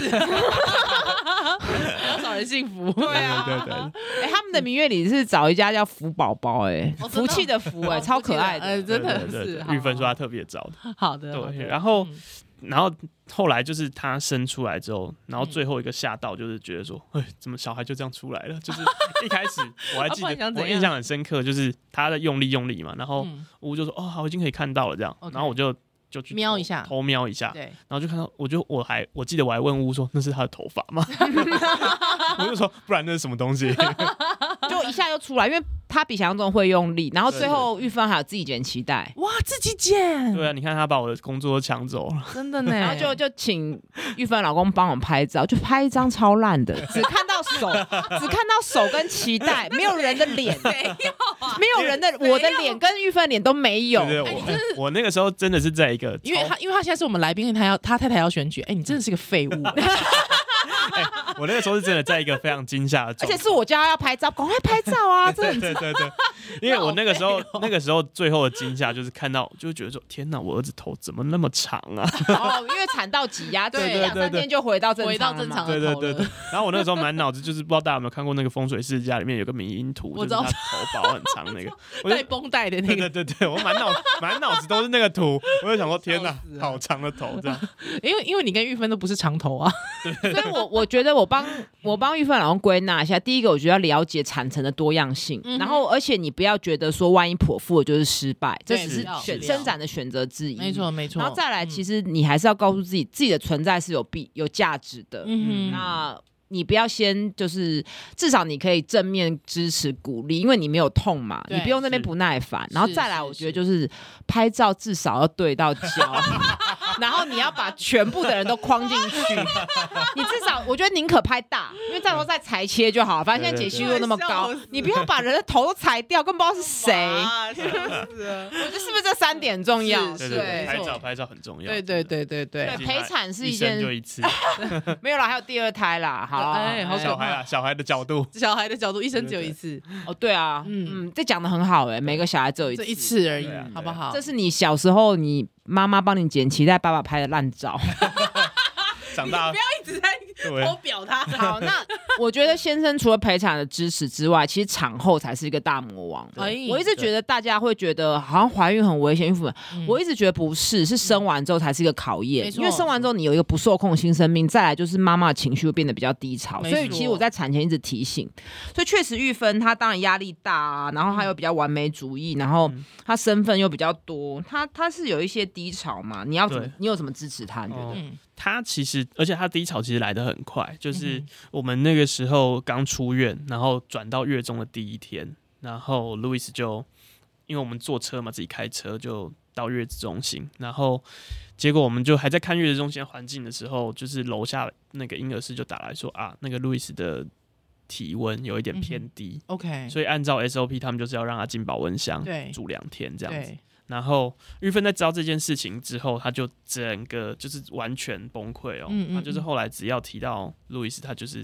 Speaker 1: 我要找人幸福。
Speaker 2: 对啊，
Speaker 3: 对对对
Speaker 2: 哎，他们的明月里是找一家叫福宝宝，哎，
Speaker 1: 哦真的
Speaker 2: 福气的福，哎，
Speaker 1: 哦
Speaker 2: 超可爱
Speaker 1: 呃
Speaker 2: 的。
Speaker 1: 真
Speaker 3: 对
Speaker 1: 的
Speaker 3: 对对
Speaker 1: 是
Speaker 3: 对
Speaker 1: 好
Speaker 3: 玉芬说她特别早，
Speaker 1: 好的，好
Speaker 3: 对，
Speaker 1: 的
Speaker 3: 然后
Speaker 1: 嗯
Speaker 3: 然后后来就是他生出来之后，然后最后一个吓到就是觉得说，哎、怎么小孩就这样出来了？就是一开 始我还记
Speaker 1: 啊不然你
Speaker 3: 得
Speaker 1: 想，怎
Speaker 3: 我
Speaker 1: 样
Speaker 3: 印象很深刻，就是他在用力用力嘛，然后
Speaker 1: 嗯，
Speaker 3: 我就说，哦，好，我已经可以看到了这样，
Speaker 1: OK
Speaker 3: 然后我就就去
Speaker 1: 瞄
Speaker 3: 偷
Speaker 1: 一下
Speaker 3: 偷瞄一下，
Speaker 1: 对，
Speaker 3: 然后就看到，我就我还我记得我还问乌说那是他的头发吗？ 我就说不然那是什么东西？
Speaker 1: 呃
Speaker 2: 就一下就出来，因为他比想象中会用力，然后最后玉芬还有自己剪脐带，
Speaker 1: 哇，自己 剪，
Speaker 3: 对啊，你看他把我的工作都抢走了，
Speaker 1: 真的呢，
Speaker 2: 然后就就请玉芬老公帮我们拍照，就拍一张超烂的，只看到手，只看到手跟脐带， 没有人的脸，
Speaker 1: 没有啊，
Speaker 2: 没有人的
Speaker 1: 没有
Speaker 2: 我的脸跟玉芬的脸都没有。
Speaker 1: 哎
Speaker 3: 对对，我、我那个时候真的是在一个，
Speaker 1: 因为他因为他现在是我们来宾，他要他太太要选举，哎，你真的是个废物，
Speaker 3: 我那个时候是真的在一个非常 惊吓的
Speaker 2: 而
Speaker 3: 状态，
Speaker 2: 且是我叫他要拍照，赶快拍照啊！这
Speaker 3: 对对对 对，因为我那个时候、
Speaker 1: 哦
Speaker 3: 那个时候最后的惊吓就是看到，就觉得说天哪，我儿子头怎么那么长 啊？
Speaker 2: 哦，因为产到挤压，
Speaker 1: 对
Speaker 2: 对，
Speaker 1: 对
Speaker 2: 两
Speaker 3: 对
Speaker 2: 三
Speaker 3: 对
Speaker 2: 天就回到正常，
Speaker 1: 回到正常。
Speaker 3: 对
Speaker 1: 的
Speaker 3: 对
Speaker 1: 头
Speaker 3: 对
Speaker 1: 了
Speaker 3: 对。 然后我那个时候满脑子就是不知道大家有没有看过那个风水世家里面有个迷因图，
Speaker 1: 我
Speaker 3: 就是
Speaker 1: 知道
Speaker 3: 他头发很长 那个， 我就
Speaker 1: 带绷带的那
Speaker 3: 对
Speaker 1: 个
Speaker 3: 对，对对，我满脑满脑子都是那个图，我就想说天哪，
Speaker 1: 啊
Speaker 3: 好长的 头这样。
Speaker 1: 因为因为你跟玉芬都不是长头啊，
Speaker 2: 所以我我觉得我帮我帮玉芬老公归纳一下，第一个我觉得要了解产程的多样性，
Speaker 1: 嗯哼
Speaker 2: 然后而且你不要觉得说万一剖腹了就是失败，这
Speaker 1: 对
Speaker 2: 只是
Speaker 1: 不要
Speaker 2: 选
Speaker 1: 不要
Speaker 2: 生产的选择之一。
Speaker 1: 没。错没错。
Speaker 2: 然后再来，其
Speaker 1: 实
Speaker 2: 实你还是要告诉自己，自己的存在是有必有价值的。
Speaker 1: 嗯哼
Speaker 2: 那你不要先就是，至少你可以正面支持鼓励，因为你没有痛嘛，
Speaker 1: 对
Speaker 2: 你不用那边
Speaker 3: 是
Speaker 2: 不耐烦。然后
Speaker 1: 是
Speaker 2: 再来，
Speaker 1: 是
Speaker 2: 我觉得就是拍照至少要对到焦， 然后你要把全部的人都框进 去。你至少我觉得宁可拍大，因为到时候再裁切就好了。反正现在解析度那么高
Speaker 1: 对对对，
Speaker 2: 你不要把人的头都裁掉，更不知道是谁。我觉得是不是这三点重要？
Speaker 1: 是
Speaker 3: 对对对，
Speaker 1: 没
Speaker 3: 拍
Speaker 1: 错
Speaker 3: 照拍照很重 要。
Speaker 1: 对对对对对
Speaker 2: 对，
Speaker 3: 对
Speaker 2: 陪产是
Speaker 3: 一
Speaker 2: 一
Speaker 3: 生
Speaker 2: 件
Speaker 3: 就 一次，
Speaker 2: 没有啦，还有第二胎啦。好，
Speaker 1: 哎好可
Speaker 3: 小孩啊，小孩的角度，
Speaker 1: 小孩的角度一生只有一次，
Speaker 2: 哦，对啊，
Speaker 1: 嗯
Speaker 2: 嗯嗯，这讲的很好哎、每个小孩只有一
Speaker 1: 这
Speaker 2: 次。
Speaker 1: 一次而已
Speaker 3: 对啊对啊，
Speaker 1: 好不好？
Speaker 2: 这是你小时候你妈妈帮你剪脐带，爸爸拍的烂 照。
Speaker 3: 长大
Speaker 1: 一直在
Speaker 3: 对
Speaker 1: 表他。
Speaker 2: 好， 那我觉得先生除了陪产的支持之外，其实产后才是一个大魔王。
Speaker 1: 哎
Speaker 2: 我一直觉得大家会觉得好像怀孕很危险，孕妇们，
Speaker 1: 嗯
Speaker 2: 我一直觉得不是，是生完之后才是一个考验
Speaker 1: 没，错
Speaker 2: 因为生完之后你有一个不受控新生命，再来就是妈妈的情绪会变得比较低潮，
Speaker 1: 没
Speaker 2: 所以
Speaker 1: 错
Speaker 2: 其实我在产前一直提醒，所以确实玉芬她当然压力大啊，然后她又比较完美主义，然后
Speaker 3: 嗯
Speaker 2: 她身份又比较多，她她是有一些低潮嘛，你要怎么
Speaker 3: 对
Speaker 2: 你有怎么支持她？你觉得？
Speaker 3: 哦
Speaker 1: 嗯
Speaker 3: 他其实，而且他低潮其实来的很快，就是
Speaker 1: 嗯
Speaker 3: 我们那个时候刚出院，然后转到月中的第一天，然后 Louis 就因为我们坐车嘛，自己开车就到月子中心，然后结果我们就还在看月子中心的环境的时候，就是楼下那个婴儿室就打来说啊，那个 Louis 的体温有一点
Speaker 1: 嗯
Speaker 3: 偏低，
Speaker 1: ，OK，
Speaker 3: 所以按照 SOP 他们就是要让他进保温箱
Speaker 1: 对
Speaker 3: 住两天这样子。
Speaker 1: 对，
Speaker 3: 然后玉芬在知道这件事情之后，她就整个就是完全崩溃哦。
Speaker 1: 嗯嗯
Speaker 3: 她就是后来只要提到路易斯，她就是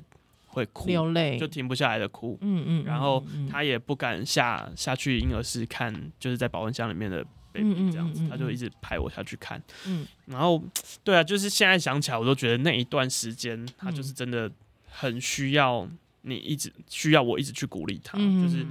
Speaker 3: 会哭，
Speaker 1: 流泪
Speaker 3: 就，停不下来的哭。
Speaker 1: 嗯嗯，
Speaker 3: 然后
Speaker 1: 嗯嗯
Speaker 3: 她也不敢下下去婴儿室看，就是在保温箱里面的 baby
Speaker 1: 嗯嗯
Speaker 3: 这样子
Speaker 1: 嗯嗯，嗯
Speaker 3: 她就一直派我下去看。
Speaker 1: 嗯
Speaker 3: 然后对啊，就是现在想起来，我都觉得那一段时间，她
Speaker 1: 嗯
Speaker 3: 就是真的很需要你一直需要我一直去鼓励她，
Speaker 1: 嗯嗯
Speaker 3: 就是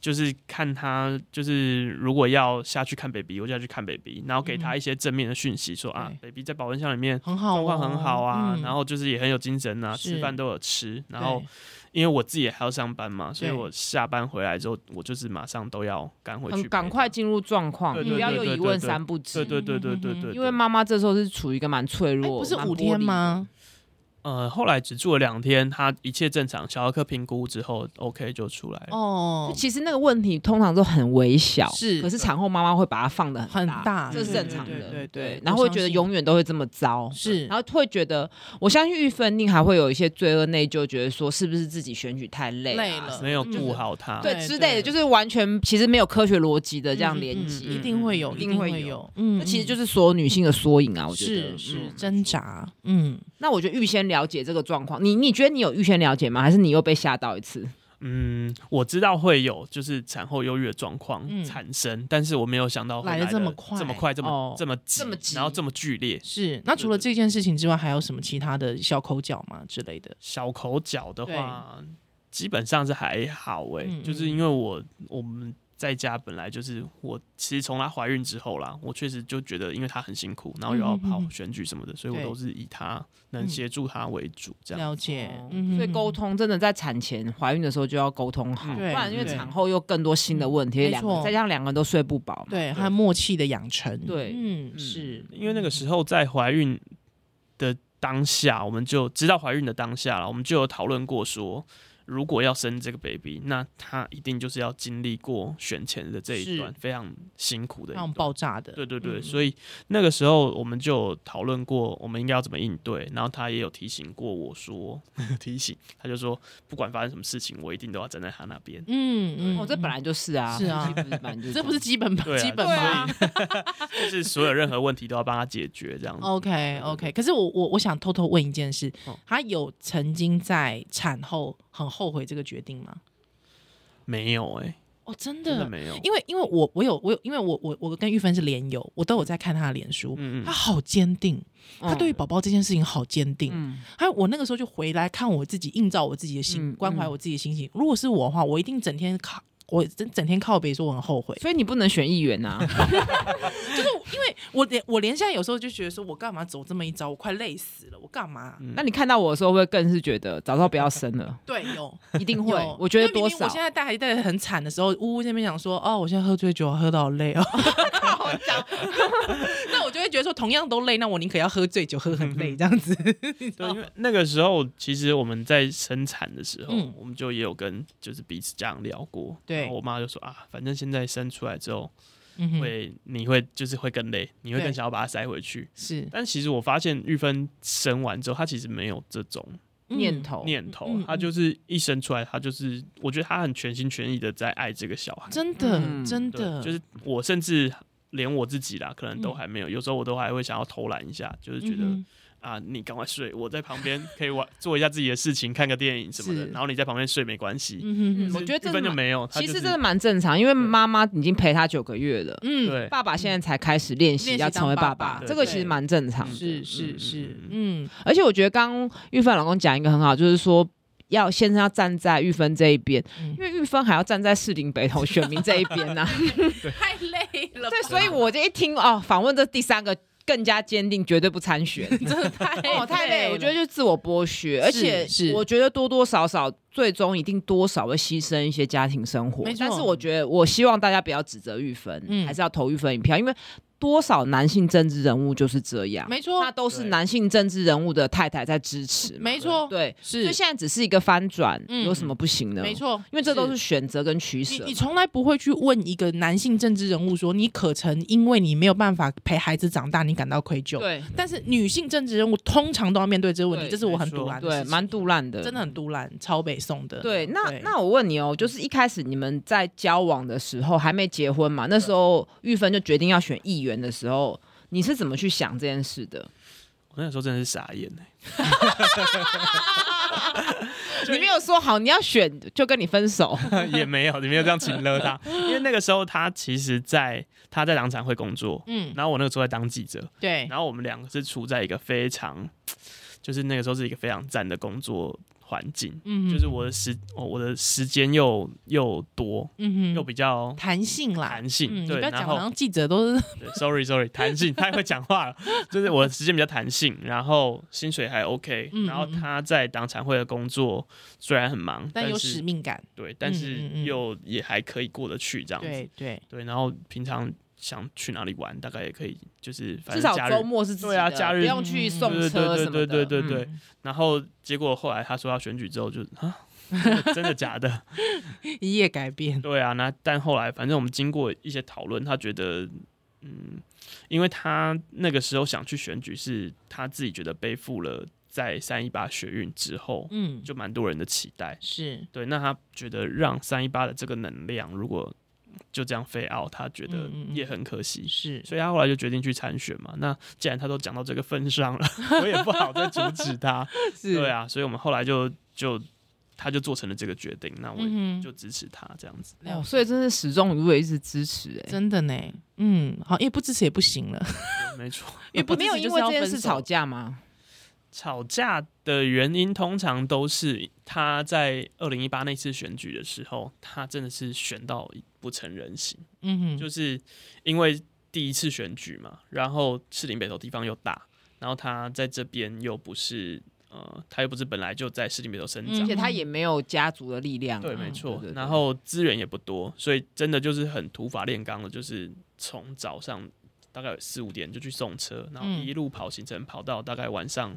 Speaker 3: 就是看他，就是如果要下去看 baby，我就要去看 baby，然后给他一些正面的讯息，说啊，baby 在保温箱里面
Speaker 1: 很好哦，
Speaker 3: 状况很好啊，
Speaker 1: 嗯
Speaker 3: 然后就是也很有精神啊，
Speaker 1: 是
Speaker 3: 吃饭都有吃，然
Speaker 1: 对
Speaker 3: 后因为我自己也还要上班嘛，所以
Speaker 1: 对
Speaker 3: 我下班回来之后，我就是马上都要赶回去
Speaker 2: 很
Speaker 3: 陪他，
Speaker 2: 赶快进入状况，
Speaker 3: 对
Speaker 1: 对
Speaker 2: 你不要
Speaker 1: 对
Speaker 2: 又
Speaker 3: 对
Speaker 2: 一
Speaker 3: 对
Speaker 2: 问
Speaker 3: 对
Speaker 2: 三不知
Speaker 3: 对。对对对对对对，
Speaker 2: 因为妈妈这时候是处于一个蛮
Speaker 1: 哎
Speaker 2: 脆弱，
Speaker 1: 不是
Speaker 2: 蛮
Speaker 1: 五
Speaker 2: 玻璃
Speaker 1: 天
Speaker 2: 的？
Speaker 1: 吗？
Speaker 3: 呃后来只住了两天，他一切正常，小儿科评估之后 OK 就出来了。
Speaker 1: 哦，
Speaker 2: 其实那个问题通常都很微小，
Speaker 1: 是
Speaker 2: 可是产后妈妈会把它放的
Speaker 1: 很大，
Speaker 2: 这
Speaker 1: 啊
Speaker 2: 是
Speaker 1: 对
Speaker 2: 正常的，
Speaker 1: 对对对，
Speaker 2: 然后会觉得永远都会这么糟
Speaker 1: 我相。信是
Speaker 2: 然后会觉得，我相信玉芬定还会有一些罪恶内疚，觉得说是不是自己选举太累、啊、
Speaker 1: 累了
Speaker 3: 没有
Speaker 1: 嗯
Speaker 3: 顾好他，
Speaker 2: 对
Speaker 1: 对
Speaker 2: 之类
Speaker 1: 对
Speaker 2: 的，就是完全其实没有科学逻辑的这样
Speaker 1: 嗯
Speaker 2: 连
Speaker 1: 嗯
Speaker 2: 接，
Speaker 1: 一定会有，一
Speaker 2: 一定
Speaker 1: 定
Speaker 2: 会
Speaker 1: 会
Speaker 2: 有
Speaker 1: 有，嗯，
Speaker 2: 那其实就是是所有女性的缩影啊，我觉
Speaker 1: 是
Speaker 2: 得
Speaker 1: 是
Speaker 2: 嗯
Speaker 1: 挣扎，嗯，
Speaker 2: 那我觉得预先了解这个状况，你你觉得你有预先了解吗？还是你又被吓到一次？
Speaker 3: 嗯，我知道会有就是产后忧郁的状况
Speaker 1: 嗯
Speaker 3: 产生，但是我没有想到会
Speaker 1: 来得
Speaker 3: 得
Speaker 1: 这么快
Speaker 3: 这么快，这么、
Speaker 2: 哦
Speaker 3: 这么急
Speaker 2: 这么急
Speaker 3: 然后这么剧烈。
Speaker 1: 是。那除了这件事情之外，还有什么其他的小口角吗之类的？
Speaker 3: 小口角的话，基本上是还好哎、
Speaker 1: 嗯嗯
Speaker 3: 就是因为我我们在家本来就是我，其实从她怀孕之后啦，我确实就觉得，因为她很辛苦，然后又要
Speaker 1: 嗯嗯嗯
Speaker 3: 跑
Speaker 1: 嗯
Speaker 3: 选举什么的，所以我
Speaker 1: 对
Speaker 3: 都是以她能
Speaker 1: 嗯
Speaker 3: 协助她为主，这样。哦
Speaker 1: 了解，
Speaker 2: 嗯，所以沟通真的在产前、怀孕的时候就要沟通好，
Speaker 3: 嗯
Speaker 2: 不
Speaker 1: 对
Speaker 2: 然因为
Speaker 1: 对
Speaker 2: 产后又更多新的问题，
Speaker 1: 嗯
Speaker 2: 两个
Speaker 1: 没错
Speaker 2: 再加上两个人都睡不饱嘛，
Speaker 1: 对，还有默契的养成，
Speaker 2: 对
Speaker 1: 嗯，
Speaker 2: 嗯
Speaker 1: 是
Speaker 3: 因为那个时候在怀孕的当下，我们就知道怀孕的当下了，我们就有讨论过说，如果要生这个 baby，那她一定就是要经历过选前的这一段非常辛苦的一
Speaker 1: 那种
Speaker 3: 段。
Speaker 1: 爆炸的，
Speaker 3: 对对对，
Speaker 1: 嗯
Speaker 3: 所以那个时候我们就有讨论过，我们应该要怎么应对。然后她也有提醒过我说， 提醒，她就说，不管发生什么事情，我一定都要站在她那边。
Speaker 1: 嗯嗯，
Speaker 2: 哦，这本来就是啊，
Speaker 1: 是啊
Speaker 2: 夫 妻不是本来就是样
Speaker 1: 这不是基本吧
Speaker 3: 对啊
Speaker 1: 基本
Speaker 2: 对
Speaker 1: 吗？
Speaker 2: 啊，
Speaker 3: 就是所有任何问题都要帮她解决，这样
Speaker 1: 哦
Speaker 3: 子。
Speaker 1: OK OK，可是我我我想偷偷问一件事
Speaker 3: 哦，
Speaker 1: 他有曾经在产后很后悔这个决定吗？
Speaker 3: 没有哎、
Speaker 1: 哦，真
Speaker 3: 真
Speaker 1: 的，
Speaker 3: 的没有。
Speaker 1: 因为因为我我有我有，因为我我我跟玉芬是连友，我都有在看她的脸书，
Speaker 3: 嗯
Speaker 1: 她好坚定，她对于
Speaker 2: 于
Speaker 1: 宝宝这件事情好坚定。
Speaker 2: 嗯
Speaker 1: 还有我那个时候就回来看我自己，映照我自己的心，
Speaker 2: 嗯
Speaker 1: 关怀
Speaker 2: 嗯
Speaker 1: 我自己的心情。如果是我的话，我一定整天靠。我整整天靠北说我很后悔，
Speaker 2: 所以你不能选议员啊 呐，
Speaker 1: 我连我连现在有时候就觉得说，我干嘛走这么一招？我快累死了，我干嘛？
Speaker 3: 嗯
Speaker 2: 那你看到我的时候，会更是觉得早知道不要生了，
Speaker 1: 对， 有
Speaker 2: 一定会
Speaker 1: 有，，
Speaker 2: 我觉得
Speaker 1: 因为
Speaker 2: 多
Speaker 1: 明明
Speaker 2: 少
Speaker 1: 我现在带孩子带的很惨的时候，呜呜那边想说，哦，我现在喝醉酒，喝到好累哦。 那我就会觉得说，同样都累，那我宁可要喝醉酒，喝很累这样子。
Speaker 3: 对，因为那个时候其实我们在生产的时候，
Speaker 1: 嗯
Speaker 3: 我们就也有跟就是彼此家长聊过。
Speaker 1: 对
Speaker 3: 然后我妈就说啊，反正现在生出来之后
Speaker 1: 嗯哼，
Speaker 3: 会，你会就是会更累，你会
Speaker 1: 对
Speaker 3: 更想要把它塞回去。
Speaker 1: 是
Speaker 3: 但其实我发现玉芬生完之后，她其实没有这种
Speaker 2: 念，头，
Speaker 3: 念头，
Speaker 1: 嗯嗯
Speaker 3: 她就是一生出来，她就是我觉得她很全心全意的在爱这个小孩
Speaker 1: 嗯。真的、
Speaker 2: 嗯
Speaker 1: 真
Speaker 3: 对
Speaker 1: 的
Speaker 3: 就是我甚至连我自己啦，可能都
Speaker 1: 嗯
Speaker 3: 还没有，有时候我都还会想要偷懒一下，就是觉得。
Speaker 1: 嗯哼
Speaker 3: 啊，你赶快睡，我在旁边可以玩做一下自己的事情，看个电影什么的，
Speaker 1: 是
Speaker 3: 然后你在旁边睡没关系。
Speaker 1: 嗯
Speaker 2: 嗯
Speaker 1: 哼
Speaker 2: 我觉得
Speaker 3: 一
Speaker 2: 这
Speaker 3: 般
Speaker 2: 是
Speaker 3: 就
Speaker 2: 蛮
Speaker 3: 没有，他
Speaker 2: 其
Speaker 3: 就
Speaker 2: 实
Speaker 3: 是
Speaker 2: 真的蛮正常，因为妈妈已经陪他九个月了，
Speaker 1: 嗯，
Speaker 3: 对，
Speaker 2: 爸爸现在才开始练习
Speaker 1: 练习
Speaker 2: 要成为爸
Speaker 1: 当爸
Speaker 2: 爸
Speaker 1: 爸，
Speaker 2: 这个
Speaker 1: 对
Speaker 2: 其实蛮正常
Speaker 3: 嗯
Speaker 2: 的。
Speaker 1: 是是
Speaker 3: 嗯
Speaker 1: 是
Speaker 3: 嗯，
Speaker 1: 嗯，
Speaker 2: 而且我觉得刚刚玉芬老公讲一个很好，就是说。要先生要站在玉芬这一边，
Speaker 1: 嗯
Speaker 2: 因为玉芬还要站在士林北投选民这一边啊呢、
Speaker 1: 太累了吧，
Speaker 2: 对，所以我这一听哦，访问这第三个更加坚定，绝对不参选。
Speaker 1: 真的太
Speaker 2: 哦，太累，
Speaker 1: 累，
Speaker 2: 我觉得。就是自我剥削，而且
Speaker 1: 是
Speaker 2: 我觉得多多少少最终一定多少会牺牲一些家庭生活
Speaker 1: 没。错
Speaker 2: 但是我觉得，我希望大家不要指责玉芬，
Speaker 1: 嗯
Speaker 2: 还是要投玉芬一票，因为多少男性政治人物就是这样，
Speaker 1: 没错
Speaker 2: 那都是
Speaker 3: 对
Speaker 2: 男性政治人物的太太在支持嘛，
Speaker 1: 没错，
Speaker 2: 对，所
Speaker 1: 是
Speaker 2: 以现在只是一个翻转，
Speaker 1: 嗯
Speaker 2: 有什么不行呢？
Speaker 1: 没，错，
Speaker 2: 因为这都是选择跟取
Speaker 1: 你
Speaker 2: 舍
Speaker 1: 你。从来不会去问一个男性政治人物说，你可曾因为你没有办法陪孩子长大，你感到愧疚？
Speaker 2: 对
Speaker 1: 但是女性政治人物通常都要面对这个问题，
Speaker 2: 对
Speaker 1: 这是我很
Speaker 3: 没错
Speaker 1: 独揽的
Speaker 2: 对，
Speaker 1: 事情，
Speaker 2: 蛮杜烂的，
Speaker 1: 真的很独揽，超北宋的。
Speaker 2: 对，那
Speaker 1: 对
Speaker 2: 那我问你哦，就是一开始你们在交往的时候还没结婚嘛？那时候玉芬就决定要选议员的时候，你是怎么去想这件事的？
Speaker 3: 我那时候真的是傻眼哎、
Speaker 2: 你没有说好你要选，就跟你分手。
Speaker 3: 欸 也没有，你没有这样请了 他，因为那个时候他其实在他在党产会工作，
Speaker 1: 嗯，
Speaker 3: 然后我那个时候在当记者，
Speaker 1: 对，
Speaker 3: 然后我们两个是处在一个非常，就是那个时候是一个非常赞的工作环境，
Speaker 1: 嗯
Speaker 3: 就是我的时我我的时间又又多，
Speaker 1: 嗯
Speaker 3: 又
Speaker 1: 哼，
Speaker 3: 比较
Speaker 1: 弹性啦，
Speaker 3: 弹性，
Speaker 1: 嗯，你
Speaker 3: 对，
Speaker 1: 不要
Speaker 3: 然
Speaker 1: 讲，
Speaker 3: 后
Speaker 1: 好像记者 都是
Speaker 3: 对，sorry sorry，弹性太会讲话了，就是我的时间比较弹性，然后薪水还 OK，
Speaker 1: 嗯
Speaker 3: 然后
Speaker 1: 嗯嗯
Speaker 3: 他在党产会的工作虽然很忙，
Speaker 1: 但
Speaker 3: 但
Speaker 1: 有
Speaker 3: 是
Speaker 1: 使命感，
Speaker 3: 对，但
Speaker 1: 嗯嗯
Speaker 3: 是
Speaker 1: 嗯
Speaker 3: 又也还可以过得去这样子，
Speaker 1: 对对，
Speaker 3: 对，然后平常想去哪里玩，大概也可以，就是反
Speaker 2: 至
Speaker 3: 正
Speaker 2: 少
Speaker 3: 假日
Speaker 2: 周，末是自己的
Speaker 3: 对啊假日
Speaker 2: 不用去送车什么的。
Speaker 3: 对对对对对
Speaker 2: 嗯
Speaker 3: 对然后结果后来他说要选举之后就啊。真的真的假的？
Speaker 1: 一夜改变，
Speaker 3: 对啊，那但后来反正我们经过一些讨论，他觉得，嗯，因为他那个时候想去选举，是他自己觉得背负了在三一八学运之后，
Speaker 1: 嗯，
Speaker 3: 就蛮多人的期待。
Speaker 1: 是
Speaker 3: 对，那他觉得让三一八的这个能量如果就这样飞 out，他觉得
Speaker 1: 嗯嗯嗯
Speaker 3: 也很可惜。
Speaker 1: 是，
Speaker 3: 所以他后来就决定去参选嘛。那既然他都讲到这个份 上了，我也不好再阻止他。
Speaker 1: 是
Speaker 3: 对，啊，所以我们后来就就他就做成了这个决定，那我
Speaker 1: 嗯
Speaker 3: 就
Speaker 1: 哼，
Speaker 3: 支持他这样子。
Speaker 2: 哦，所以真是始终如我一直支持哎、
Speaker 1: 真的呢，嗯，好，因为不支持也不行了，
Speaker 3: 没错，
Speaker 1: 因为不
Speaker 2: 没有
Speaker 1: 支持
Speaker 2: 因
Speaker 1: 就是
Speaker 2: 为
Speaker 1: 要
Speaker 2: 这件
Speaker 1: 分
Speaker 2: 事
Speaker 1: 手
Speaker 2: 吵架吗？
Speaker 3: 吵架的原因通常都是他在二零一八那次选举的时候，他真的是选到不成人形，
Speaker 1: 嗯哼，
Speaker 3: 就是因为第一次选举嘛，然后士林北投地方又大，然后他在这边又不是呃，他又不是本来就在士林北投生长
Speaker 1: 嗯
Speaker 2: 而，且他也没有家族的力量啊、
Speaker 3: 对，没错
Speaker 2: 对。对
Speaker 3: 然后资源也不多，所以真的就是很土法炼钢的，就是从早上大概四五点就去送车，然后
Speaker 1: 嗯
Speaker 3: 一路跑行程跑到大概晚上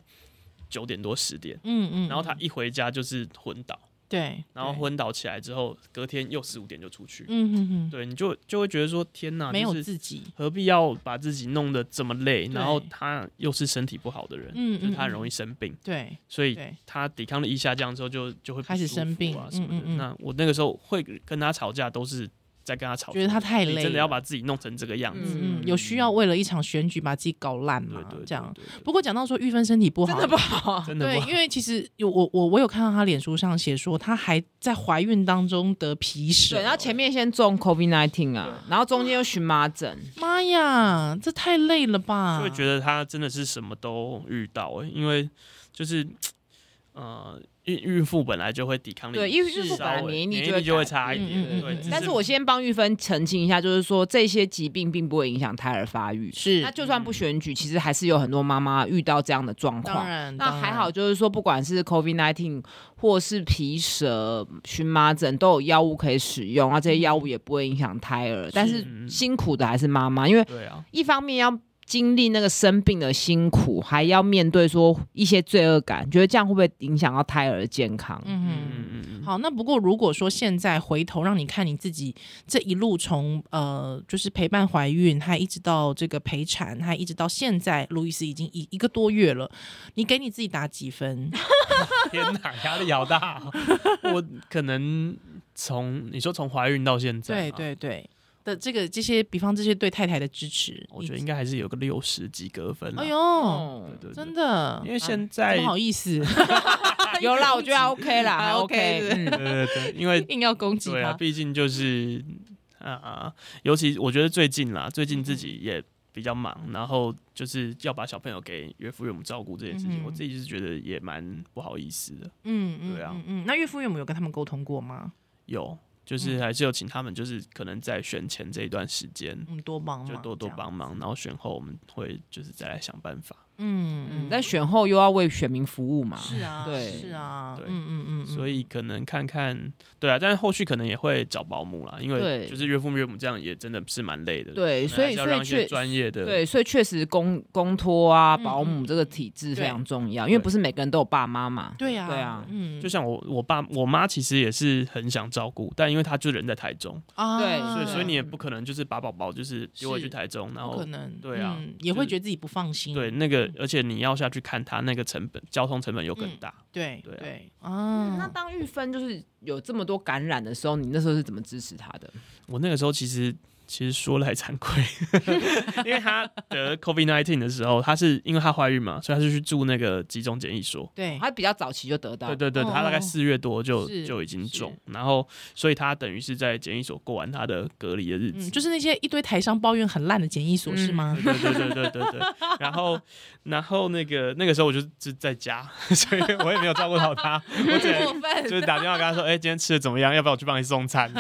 Speaker 3: 九点多十点，
Speaker 1: 嗯嗯，
Speaker 3: 然后他
Speaker 1: 嗯
Speaker 3: 一回家就是昏倒，
Speaker 1: 对，
Speaker 3: 然后
Speaker 1: 对，
Speaker 3: 昏倒起来之后，隔天又四五点就出去，
Speaker 1: 嗯哼哼，
Speaker 3: 对，你就就会觉得说天哪，
Speaker 1: 没有
Speaker 3: 就是
Speaker 1: 自己，
Speaker 3: 何必要把自己弄得这么累？
Speaker 1: 对
Speaker 3: 然后他又是身体不好的人，
Speaker 1: 嗯
Speaker 3: 就是
Speaker 1: 嗯，
Speaker 3: 他很容
Speaker 1: 易
Speaker 3: 易生病，
Speaker 1: 对
Speaker 3: 所以
Speaker 1: 对，
Speaker 3: 他抵抗力一下降之后就，就会不
Speaker 1: 开始
Speaker 3: 舒服
Speaker 1: 生病
Speaker 3: 啊什么的。
Speaker 1: 嗯嗯嗯
Speaker 3: 那我那个时候会跟他吵架，都是在跟他吵，
Speaker 1: 觉得他太累
Speaker 3: 你
Speaker 1: 了，
Speaker 3: 真的要把自己弄成这个样子。
Speaker 1: 嗯嗯，有需要为了一场选举把自己搞烂
Speaker 3: 对
Speaker 1: 嘛？
Speaker 3: 对对，
Speaker 1: 这样。
Speaker 3: 对
Speaker 1: 不过讲到说玉芬身体不好，
Speaker 2: 真的不好啊，
Speaker 3: 真的
Speaker 1: 对
Speaker 3: 不，好
Speaker 1: 因为其实有我我我有看到她脸书上写说，她还在怀孕当中得皮疹
Speaker 3: 哦
Speaker 2: 对，，然后前面先中 COVID nineteen 啊，然后中间又荨麻疹，
Speaker 1: 妈呀，这太累了吧？
Speaker 3: 就会觉得他真的是什么都遇到、欸，因为就是呃，孕孕妇本来就会抵抗力
Speaker 2: 对，因为孕妇
Speaker 3: 稍
Speaker 2: 本来
Speaker 3: 微
Speaker 2: 免疫力
Speaker 3: 免疫
Speaker 2: 会
Speaker 3: 力就
Speaker 2: 改
Speaker 3: 会差一
Speaker 1: 嗯
Speaker 3: 点。
Speaker 1: 嗯嗯
Speaker 3: 对
Speaker 1: 嗯
Speaker 3: 只
Speaker 2: 但是
Speaker 3: 是
Speaker 2: 我先帮玉芬澄清一下，就是说这些疾病并不会影响胎儿发育。
Speaker 1: 是嗯
Speaker 2: 那就算不选举，其实还是有很多妈妈遇到这样的状
Speaker 1: 当
Speaker 2: 况。
Speaker 1: 然，
Speaker 2: 那
Speaker 1: 当
Speaker 2: 还
Speaker 1: 然
Speaker 2: 好，，就是说不管是 COVID nineteen 或是皮蛇、荨麻疹，都有药物可以使用，那这
Speaker 1: 嗯
Speaker 2: 些药物也不会影响胎儿。但是
Speaker 3: 嗯
Speaker 2: 辛苦的还是妈妈，因为
Speaker 3: 对啊，
Speaker 2: 一方面要经历那个生病的辛苦，还要面对说一些罪恶感，觉得这样会不会影响到胎儿的健康？
Speaker 1: 嗯
Speaker 3: 嗯
Speaker 1: 哼。
Speaker 3: 嗯 嗯，
Speaker 1: 好，那不过如果说现在回头让你看你自己这一路从呃，就是陪伴怀孕，还一直到这个陪产，还一直到现在，路易斯已经一一个多月了，你给你自己打几分？
Speaker 3: 天哪，压力好大哦、我可能从你说从怀孕到现在，
Speaker 1: 对。对对的，这个这些，比方这些对太太的支持，
Speaker 3: 我觉得
Speaker 1: 你
Speaker 3: 应该还是有个六十及格分啦。嗯
Speaker 1: 哎呦，
Speaker 2: 哦
Speaker 3: 对，对对，
Speaker 1: 真的啊
Speaker 3: 因为现在
Speaker 1: 不好意思，
Speaker 2: 有啦，我觉得 OK 啦，
Speaker 1: 啊
Speaker 2: 还 OK，
Speaker 1: 对
Speaker 2: 嗯
Speaker 3: 对对对，因为
Speaker 1: 硬要攻击
Speaker 3: 对啊，
Speaker 1: 他，
Speaker 3: 毕竟就是啊、啊，尤其我觉得最近啦，最近自己也比较忙，然后就是要把小朋友给岳父岳母照顾这件事情，
Speaker 1: 嗯
Speaker 3: 我自己是觉得也蛮不好意思的。
Speaker 1: 嗯嗯，
Speaker 3: 对啊
Speaker 1: 嗯嗯，那岳父岳母有跟他们沟通过吗？
Speaker 3: 有，就
Speaker 2: 嗯
Speaker 3: 是还是有请他们，就是可能在选前这一段时间。
Speaker 1: 嗯，多
Speaker 2: 哦
Speaker 1: 帮忙，
Speaker 3: 就多
Speaker 1: 这
Speaker 3: 多
Speaker 1: 样，
Speaker 3: 帮忙，然后选后我们会就是再来想办法，
Speaker 1: 嗯嗯，
Speaker 2: 但选后又要为选民服务嘛，
Speaker 1: 是啊，
Speaker 2: 对
Speaker 1: 是啊，
Speaker 3: 对
Speaker 1: 嗯嗯嗯，嗯
Speaker 3: 所以可能看看，对啊，但是后续可能也会找保姆啦，因为
Speaker 2: 对
Speaker 3: 就是岳父岳母这样也真的是蛮累的，
Speaker 2: 对，所
Speaker 3: 还
Speaker 2: 以
Speaker 3: 是要
Speaker 2: 所
Speaker 3: 让
Speaker 2: 以
Speaker 3: 一些
Speaker 2: 确
Speaker 3: 专业的
Speaker 2: 对，所以确实公公托啊、
Speaker 1: 嗯
Speaker 2: 保姆
Speaker 1: 嗯
Speaker 2: 这个体制非常重要，
Speaker 3: 对
Speaker 2: 因为不是每个人都有爸妈嘛。
Speaker 1: 对呀，
Speaker 2: 对啊
Speaker 1: 嗯，
Speaker 3: 就像我我爸我妈其实也是很想照顾，但因为她就人在台中，
Speaker 1: 啊，
Speaker 2: 对
Speaker 3: 所以所以你也不
Speaker 1: 嗯
Speaker 3: 可能就是把宝宝就是丢回去
Speaker 1: 是
Speaker 3: 台中，然
Speaker 1: 不
Speaker 3: 后
Speaker 1: 可能，
Speaker 3: 对啊
Speaker 1: 嗯
Speaker 3: 就
Speaker 1: 也会
Speaker 3: 是
Speaker 1: 觉得自己不放心，
Speaker 3: 对那个，而且你要下去看他那个成本，交通成本又更
Speaker 1: 嗯
Speaker 3: 大。
Speaker 1: 对
Speaker 3: 对啊
Speaker 1: 对
Speaker 2: 那
Speaker 1: 啊，
Speaker 2: 当玉芬就是有这么多感染的时候，你那时候是怎么支持她的？
Speaker 3: 我那个时候其实其实说来惭 愧，因为她得 COVID nineteen 的时候，她是因为她怀孕嘛，所以她是去住那个集中检疫所。
Speaker 1: 对，
Speaker 2: 她比较早期就得到，
Speaker 3: 对对对，
Speaker 1: 哦
Speaker 3: 她大概四月多就是就已经
Speaker 1: 是
Speaker 3: 中，然后所以她等于是在检疫所过完她的隔离的日子
Speaker 1: 嗯，。就是那些一堆台商抱怨很烂的检疫所是
Speaker 2: 嗯
Speaker 1: 吗？
Speaker 3: 对对对对对对对。然后，然后那个那个时候我就就在家， 所以我也没有照顾到他，我 只能
Speaker 2: 过分
Speaker 3: 就是打电话跟他说：“哎、今天吃的怎么样？要不要我去帮你 送餐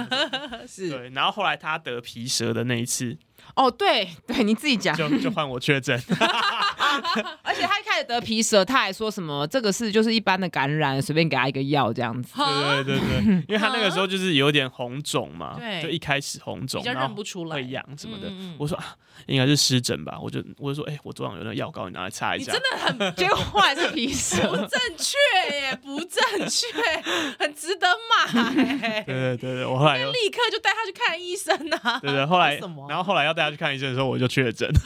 Speaker 2: 是？”
Speaker 3: 对。然后后来他得皮蛇的那 一次，
Speaker 2: 哦，对对，你自己讲。
Speaker 3: 就就换我确诊。
Speaker 2: 而且他一开始得皮蛇，他还说什么这个是就是一般的感染，随便给他一个药这 样子。
Speaker 3: 对对对对，因为他那个时候就是有点红肿嘛，
Speaker 1: 对
Speaker 3: 就一开始红肿，
Speaker 1: 比较
Speaker 3: 然
Speaker 1: 认
Speaker 3: 后
Speaker 1: 不出来
Speaker 3: 会痒什么的。
Speaker 1: 嗯嗯嗯
Speaker 3: 我说啊，应该是湿疹吧。我就我就说，哎、我桌上有那个药膏，你拿来擦一
Speaker 1: 你
Speaker 3: 下。
Speaker 1: 真的很
Speaker 2: 结果后来是皮蛇，
Speaker 1: 正确耶，不正确，很值得骂 耶。
Speaker 3: 对对对对，我后来又
Speaker 1: 立刻就带他去看医生啊！
Speaker 3: 对对，后来
Speaker 1: 为什么
Speaker 3: 然后后来要带他去看医生的时候，我就确诊。
Speaker 1: 嗯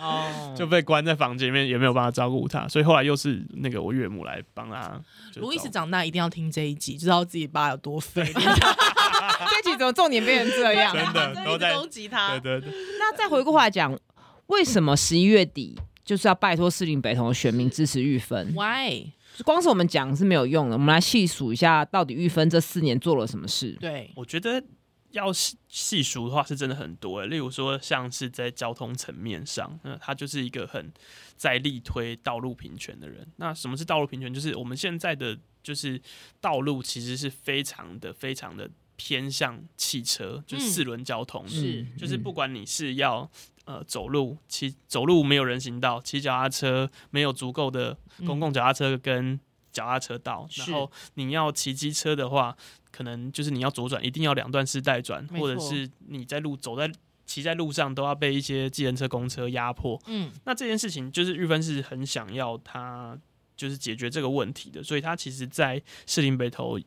Speaker 2: 哦，
Speaker 3: 就被关在房间里面，也没有办法照顾他，所以后来又是那个我岳母来帮他。就是
Speaker 1: 路易斯
Speaker 3: 照
Speaker 1: 长大一定要听这一集，知道自己爸有多 废，
Speaker 2: 这集怎么重点变成这样
Speaker 3: 顾？真的都在
Speaker 1: 攻击他
Speaker 3: 对。对对，
Speaker 2: 那再回过话讲，为什么十一月底就是要拜托士林北投的选民支持玉芬？
Speaker 1: Why？
Speaker 2: 光是我们讲是没有用的，我们来细数一下，到底玉芬这四年做了什么事？
Speaker 1: 对，
Speaker 3: 我觉得要细细数的话，是真的很多欸。例如说，像是在交通层面上，那他就是一个很在力推道路平权的人。那什么是道路平权？就是我们现在的就是道路其实是非常的、非常的偏向汽车，就
Speaker 1: 嗯
Speaker 3: 四轮交通。
Speaker 1: 是
Speaker 2: 嗯
Speaker 3: 就是不管你是要呃走路、骑走路没有人行道，骑脚踏车没有足够的公共脚踏车跟脚踏车道，
Speaker 1: 嗯是
Speaker 3: 然后你要骑机车的话，可能就是你要左转，一定要两段式带转，
Speaker 1: 没错
Speaker 3: 或者是你在路走在骑在路上都要被一些计程车、公车压迫。
Speaker 1: 嗯，
Speaker 3: 那这件事情就是玉芬是很想要他就是解决这个问题的，所以他其实在士林北投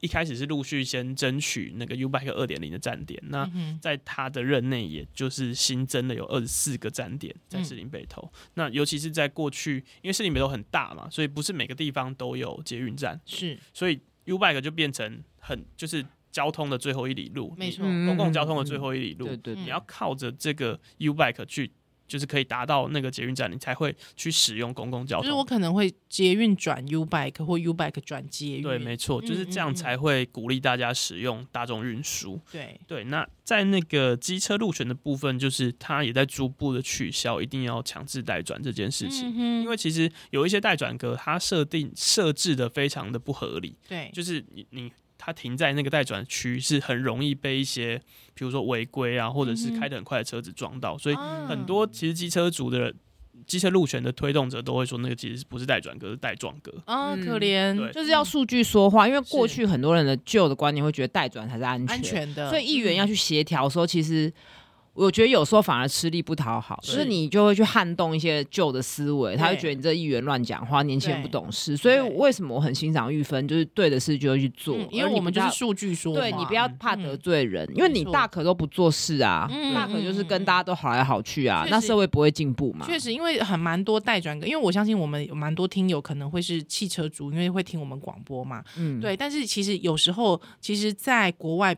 Speaker 3: 一开始是陆续先争取那个 U Bike 二点零的站点，那
Speaker 1: 嗯哼
Speaker 3: 在他的任内，也就是新增了有二十四个站点在
Speaker 1: 嗯
Speaker 3: 士林北投。那尤其是在过去，因为士林北投很大嘛，所以不是每个地方都有捷运站，
Speaker 1: 是
Speaker 3: 所以 U Bike 就变成很就是交通的最后一里路，
Speaker 1: 没
Speaker 3: 你
Speaker 1: 错，嗯
Speaker 2: 嗯
Speaker 3: 公共交通的最后一里路，
Speaker 2: 对对
Speaker 3: 你
Speaker 2: 对，
Speaker 3: 要靠着这个 U Bike 去。就是可以达到那个捷运站，你才会去使用公共交
Speaker 1: 就是我
Speaker 3: 通。
Speaker 1: 可能会捷运转 U bike 或 U bike 转捷运，
Speaker 3: 对，没错，
Speaker 1: 嗯
Speaker 3: 就是这
Speaker 1: 嗯
Speaker 3: 样
Speaker 1: 嗯
Speaker 3: 才会鼓励大家使用大众运输。
Speaker 1: 对，
Speaker 3: 对，那在那个机车路权的部分，就是它也在逐步的取消一定要强制代转这件事情，
Speaker 1: 嗯
Speaker 3: 因
Speaker 1: 哼
Speaker 3: 为其实有一些代转格，它设定设置的非常的不合理，
Speaker 1: 对，
Speaker 3: 就是你你它停在那个代转区是很容易被一些比如说违规啊，或者
Speaker 1: 嗯
Speaker 3: 是
Speaker 1: 哼
Speaker 3: 开得很快的车子撞到，所以
Speaker 1: 啊
Speaker 3: 很多其实机车族的机车路权的推动者都会说，那个其实不是代转格，是代撞格。
Speaker 1: 啊，
Speaker 2: 嗯
Speaker 1: 可怜，
Speaker 3: 对
Speaker 2: 就是要数据说话，因为过
Speaker 1: 是
Speaker 2: 去很多人的旧的观念会觉得代转才是安全，
Speaker 1: 安全的，
Speaker 2: 所以议员
Speaker 1: 嗯
Speaker 2: 要去协调的时候，其实我觉得有时候反而吃力不讨好，就是
Speaker 3: 对
Speaker 2: 你就会去撼动一些旧的思维，他会
Speaker 1: 对
Speaker 2: 觉得你这议员乱讲话，年轻人不
Speaker 1: 对
Speaker 2: 懂事。所以
Speaker 1: 对
Speaker 2: 为什么我很欣赏玉芬，就是对的事就会去做，
Speaker 1: 嗯因
Speaker 2: 而
Speaker 1: 为
Speaker 2: 你
Speaker 1: 我们
Speaker 2: 不
Speaker 1: 就
Speaker 2: 要
Speaker 1: 是数据说话，
Speaker 2: 对你不要怕
Speaker 1: 嗯
Speaker 2: 得罪人，因为
Speaker 1: 没
Speaker 2: 你
Speaker 1: 错
Speaker 2: 大可都不做事啊，
Speaker 1: 嗯
Speaker 2: 大可就是跟大
Speaker 1: 家。
Speaker 2: 家都好来好去啊
Speaker 1: 确，实
Speaker 2: 那社会不会进步嘛。
Speaker 1: 确实，因为很蛮多代转歌，因为我相信我们有蛮多听友可能会是汽车族，因为会听我们广播嘛。
Speaker 2: 嗯，
Speaker 1: 对，但是其实有时候，其实在国外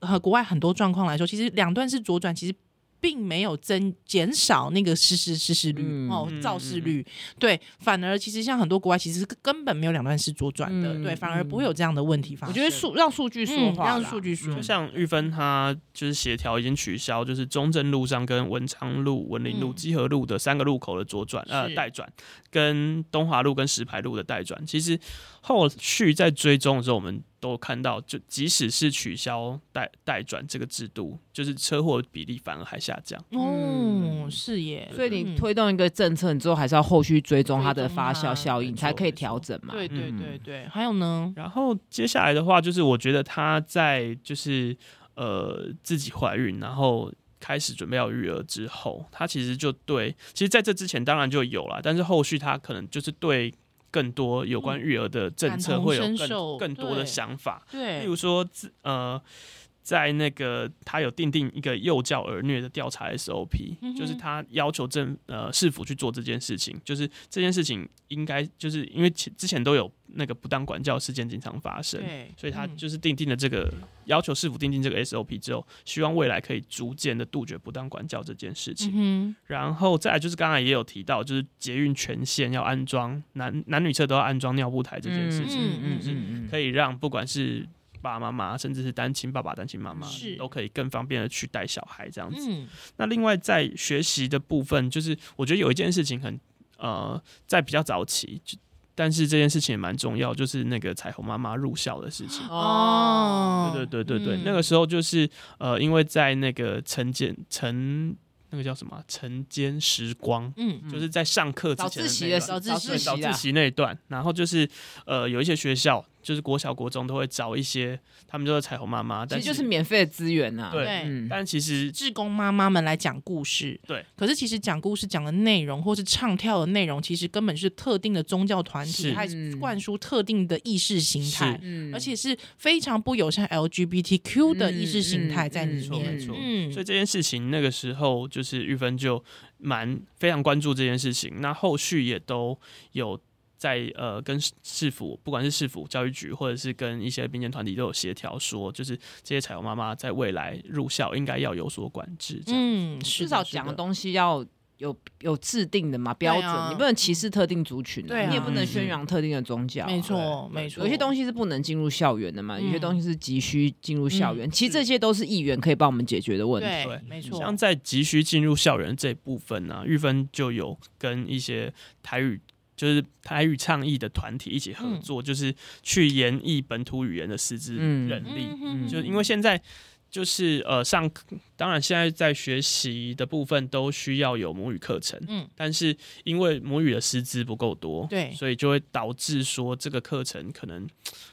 Speaker 1: 和国外很多状况来说，其实两段式左转其实。并没有增减少那个失事失事率、
Speaker 2: 嗯
Speaker 1: 哦
Speaker 3: 嗯，
Speaker 1: 肇事率，对，反而其实像很多国外其实是根本没有两段式左转的，
Speaker 2: 嗯
Speaker 1: 对，反而不会有这样的问题发
Speaker 2: 我
Speaker 1: 生。
Speaker 2: 觉得数让数据说
Speaker 1: 嗯
Speaker 2: 话啦，
Speaker 1: 让数据说
Speaker 3: 就，像玉芬，她就是协调已经取消，就是中正路上跟文昌路、文林路、
Speaker 1: 嗯
Speaker 3: 基和路的三个路口的左转呃
Speaker 1: 是
Speaker 3: 带转，跟东华路跟石牌路的带转。其实后续在追踪的时候，我们都看到，就即使是取消带带转这个制度，就是车祸比例反而还下降。
Speaker 1: 哦，是耶，
Speaker 2: 所以你
Speaker 1: 嗯
Speaker 2: 推动一个政策，你之后还是要后续追踪它的
Speaker 1: 追踪
Speaker 2: 发酵
Speaker 1: 它
Speaker 2: 效应，
Speaker 3: 没错
Speaker 2: 才可以
Speaker 3: 没错
Speaker 2: 调整嘛。
Speaker 1: 对对
Speaker 3: 嗯
Speaker 1: 对对，还有呢，
Speaker 3: 然后接下来的话，就是我觉得她在就是呃自己怀孕，然后开始准备要育儿之后，她其实就对，其实在这之前当然就有啦，但是后续她可能就是对更多有关育儿的政
Speaker 1: 嗯
Speaker 3: 策
Speaker 1: 感同
Speaker 3: 会有
Speaker 1: 身
Speaker 3: 更
Speaker 1: 受
Speaker 3: 更多的
Speaker 1: 对
Speaker 3: 想法，
Speaker 1: 对，
Speaker 3: 例如说自呃。在那个，她有定定一个幼教儿虐的调查 SOP，、
Speaker 1: 嗯哼
Speaker 3: 就是她要求政呃市府去做这件事情，就是这件事情应该就是因为前之前都有那个不当管教事件经常发生，
Speaker 1: 对，
Speaker 3: 所以他
Speaker 1: 嗯
Speaker 3: 就是定定了这个要求市府定定这个 SOP 之后，希望未来可以逐渐的杜绝不当管教这件事情。
Speaker 1: 嗯
Speaker 3: 然后再来就是刚才也有提到，就是捷运全线要安装男男女厕都要安装尿布台这件事情，
Speaker 1: 嗯嗯
Speaker 2: 嗯
Speaker 3: 可以让不管是爸爸妈妈，甚至是单亲爸爸、单亲妈妈
Speaker 1: 是，
Speaker 3: 都可以更方便的去带小孩这样子。
Speaker 1: 哼嗯，
Speaker 3: 那另外在学习的部分，就是我觉得有一件事情很呃，在比较早期，就但是这件事情也蛮重要，就是那个彩虹妈妈入校的事情。
Speaker 2: 哦，
Speaker 3: 对对对对对，
Speaker 1: 嗯
Speaker 3: 那个时候就是呃，因为在那个晨间晨那个叫什么啊晨间时光，
Speaker 1: 嗯，
Speaker 3: 就是在上课之
Speaker 2: 早自
Speaker 3: 前的
Speaker 2: 习
Speaker 3: 那
Speaker 2: 的
Speaker 3: 一段
Speaker 2: 时候，
Speaker 1: 早自
Speaker 3: 对
Speaker 1: 习
Speaker 3: 早
Speaker 2: 啊
Speaker 3: 自习那一段，然后就是呃，有一些学校就是国小国中都会找一些，他们叫做彩虹妈妈，
Speaker 2: 其
Speaker 3: 但
Speaker 2: 实就是免费的资源呐。
Speaker 3: 对
Speaker 1: 对
Speaker 2: 嗯，
Speaker 3: 但其实
Speaker 1: 志工妈妈们来讲故事，
Speaker 3: 对。
Speaker 1: 可是其实讲故事讲的内容，或是唱跳的内容，其实根本是特定的宗教团体，
Speaker 3: 是
Speaker 1: 还
Speaker 2: 嗯
Speaker 1: 灌输特定的意识形态，
Speaker 2: 嗯
Speaker 1: 而且是非常不友善 LGBTQ 的意识形态在
Speaker 2: 嗯
Speaker 1: 里
Speaker 3: 错没
Speaker 1: 面。
Speaker 3: 错
Speaker 1: 嗯，
Speaker 3: 所以这件事情那个时候就是玉芬就蛮非常关注这件事情，那后续也都有在呃跟市市府，不管是市府教育局或者是跟一些民间团体都有协调说，就是这些彩虹妈妈在未来入校应该要有所管制，这样、
Speaker 1: 嗯，是
Speaker 2: 至
Speaker 1: 的
Speaker 2: 少
Speaker 1: 是
Speaker 2: 讲的
Speaker 1: 的
Speaker 2: 东西要有有制定的嘛标准，
Speaker 1: 对啊
Speaker 2: 你不能歧视特定族群、
Speaker 1: 对啊
Speaker 2: 你也不能
Speaker 3: 嗯
Speaker 2: 宣扬特定的宗教啊、
Speaker 1: 没错，没错，
Speaker 2: 有些东西是不能进入校园的嘛，有些
Speaker 1: 嗯
Speaker 2: 东西是急需进入校园。
Speaker 3: 嗯
Speaker 2: 其实
Speaker 3: 是
Speaker 2: 这些都是议员可以帮我们解决的问题。
Speaker 1: 对
Speaker 3: 对，
Speaker 1: 哎没错，
Speaker 3: 像在急需进入校园这一部分呢、玉芬就有跟一些台语。就是台语倡议的团体一起合作，就是去研议本土语言的师资
Speaker 2: 嗯
Speaker 3: 人力。
Speaker 1: 嗯嗯哼
Speaker 2: 嗯
Speaker 3: 就因为现在就是呃上课，当然现在在学习的部分都需要有母语课程，
Speaker 1: 嗯
Speaker 3: 但是因为母语的师资不够多，
Speaker 1: 对
Speaker 3: 所以就会导致说这个课程可能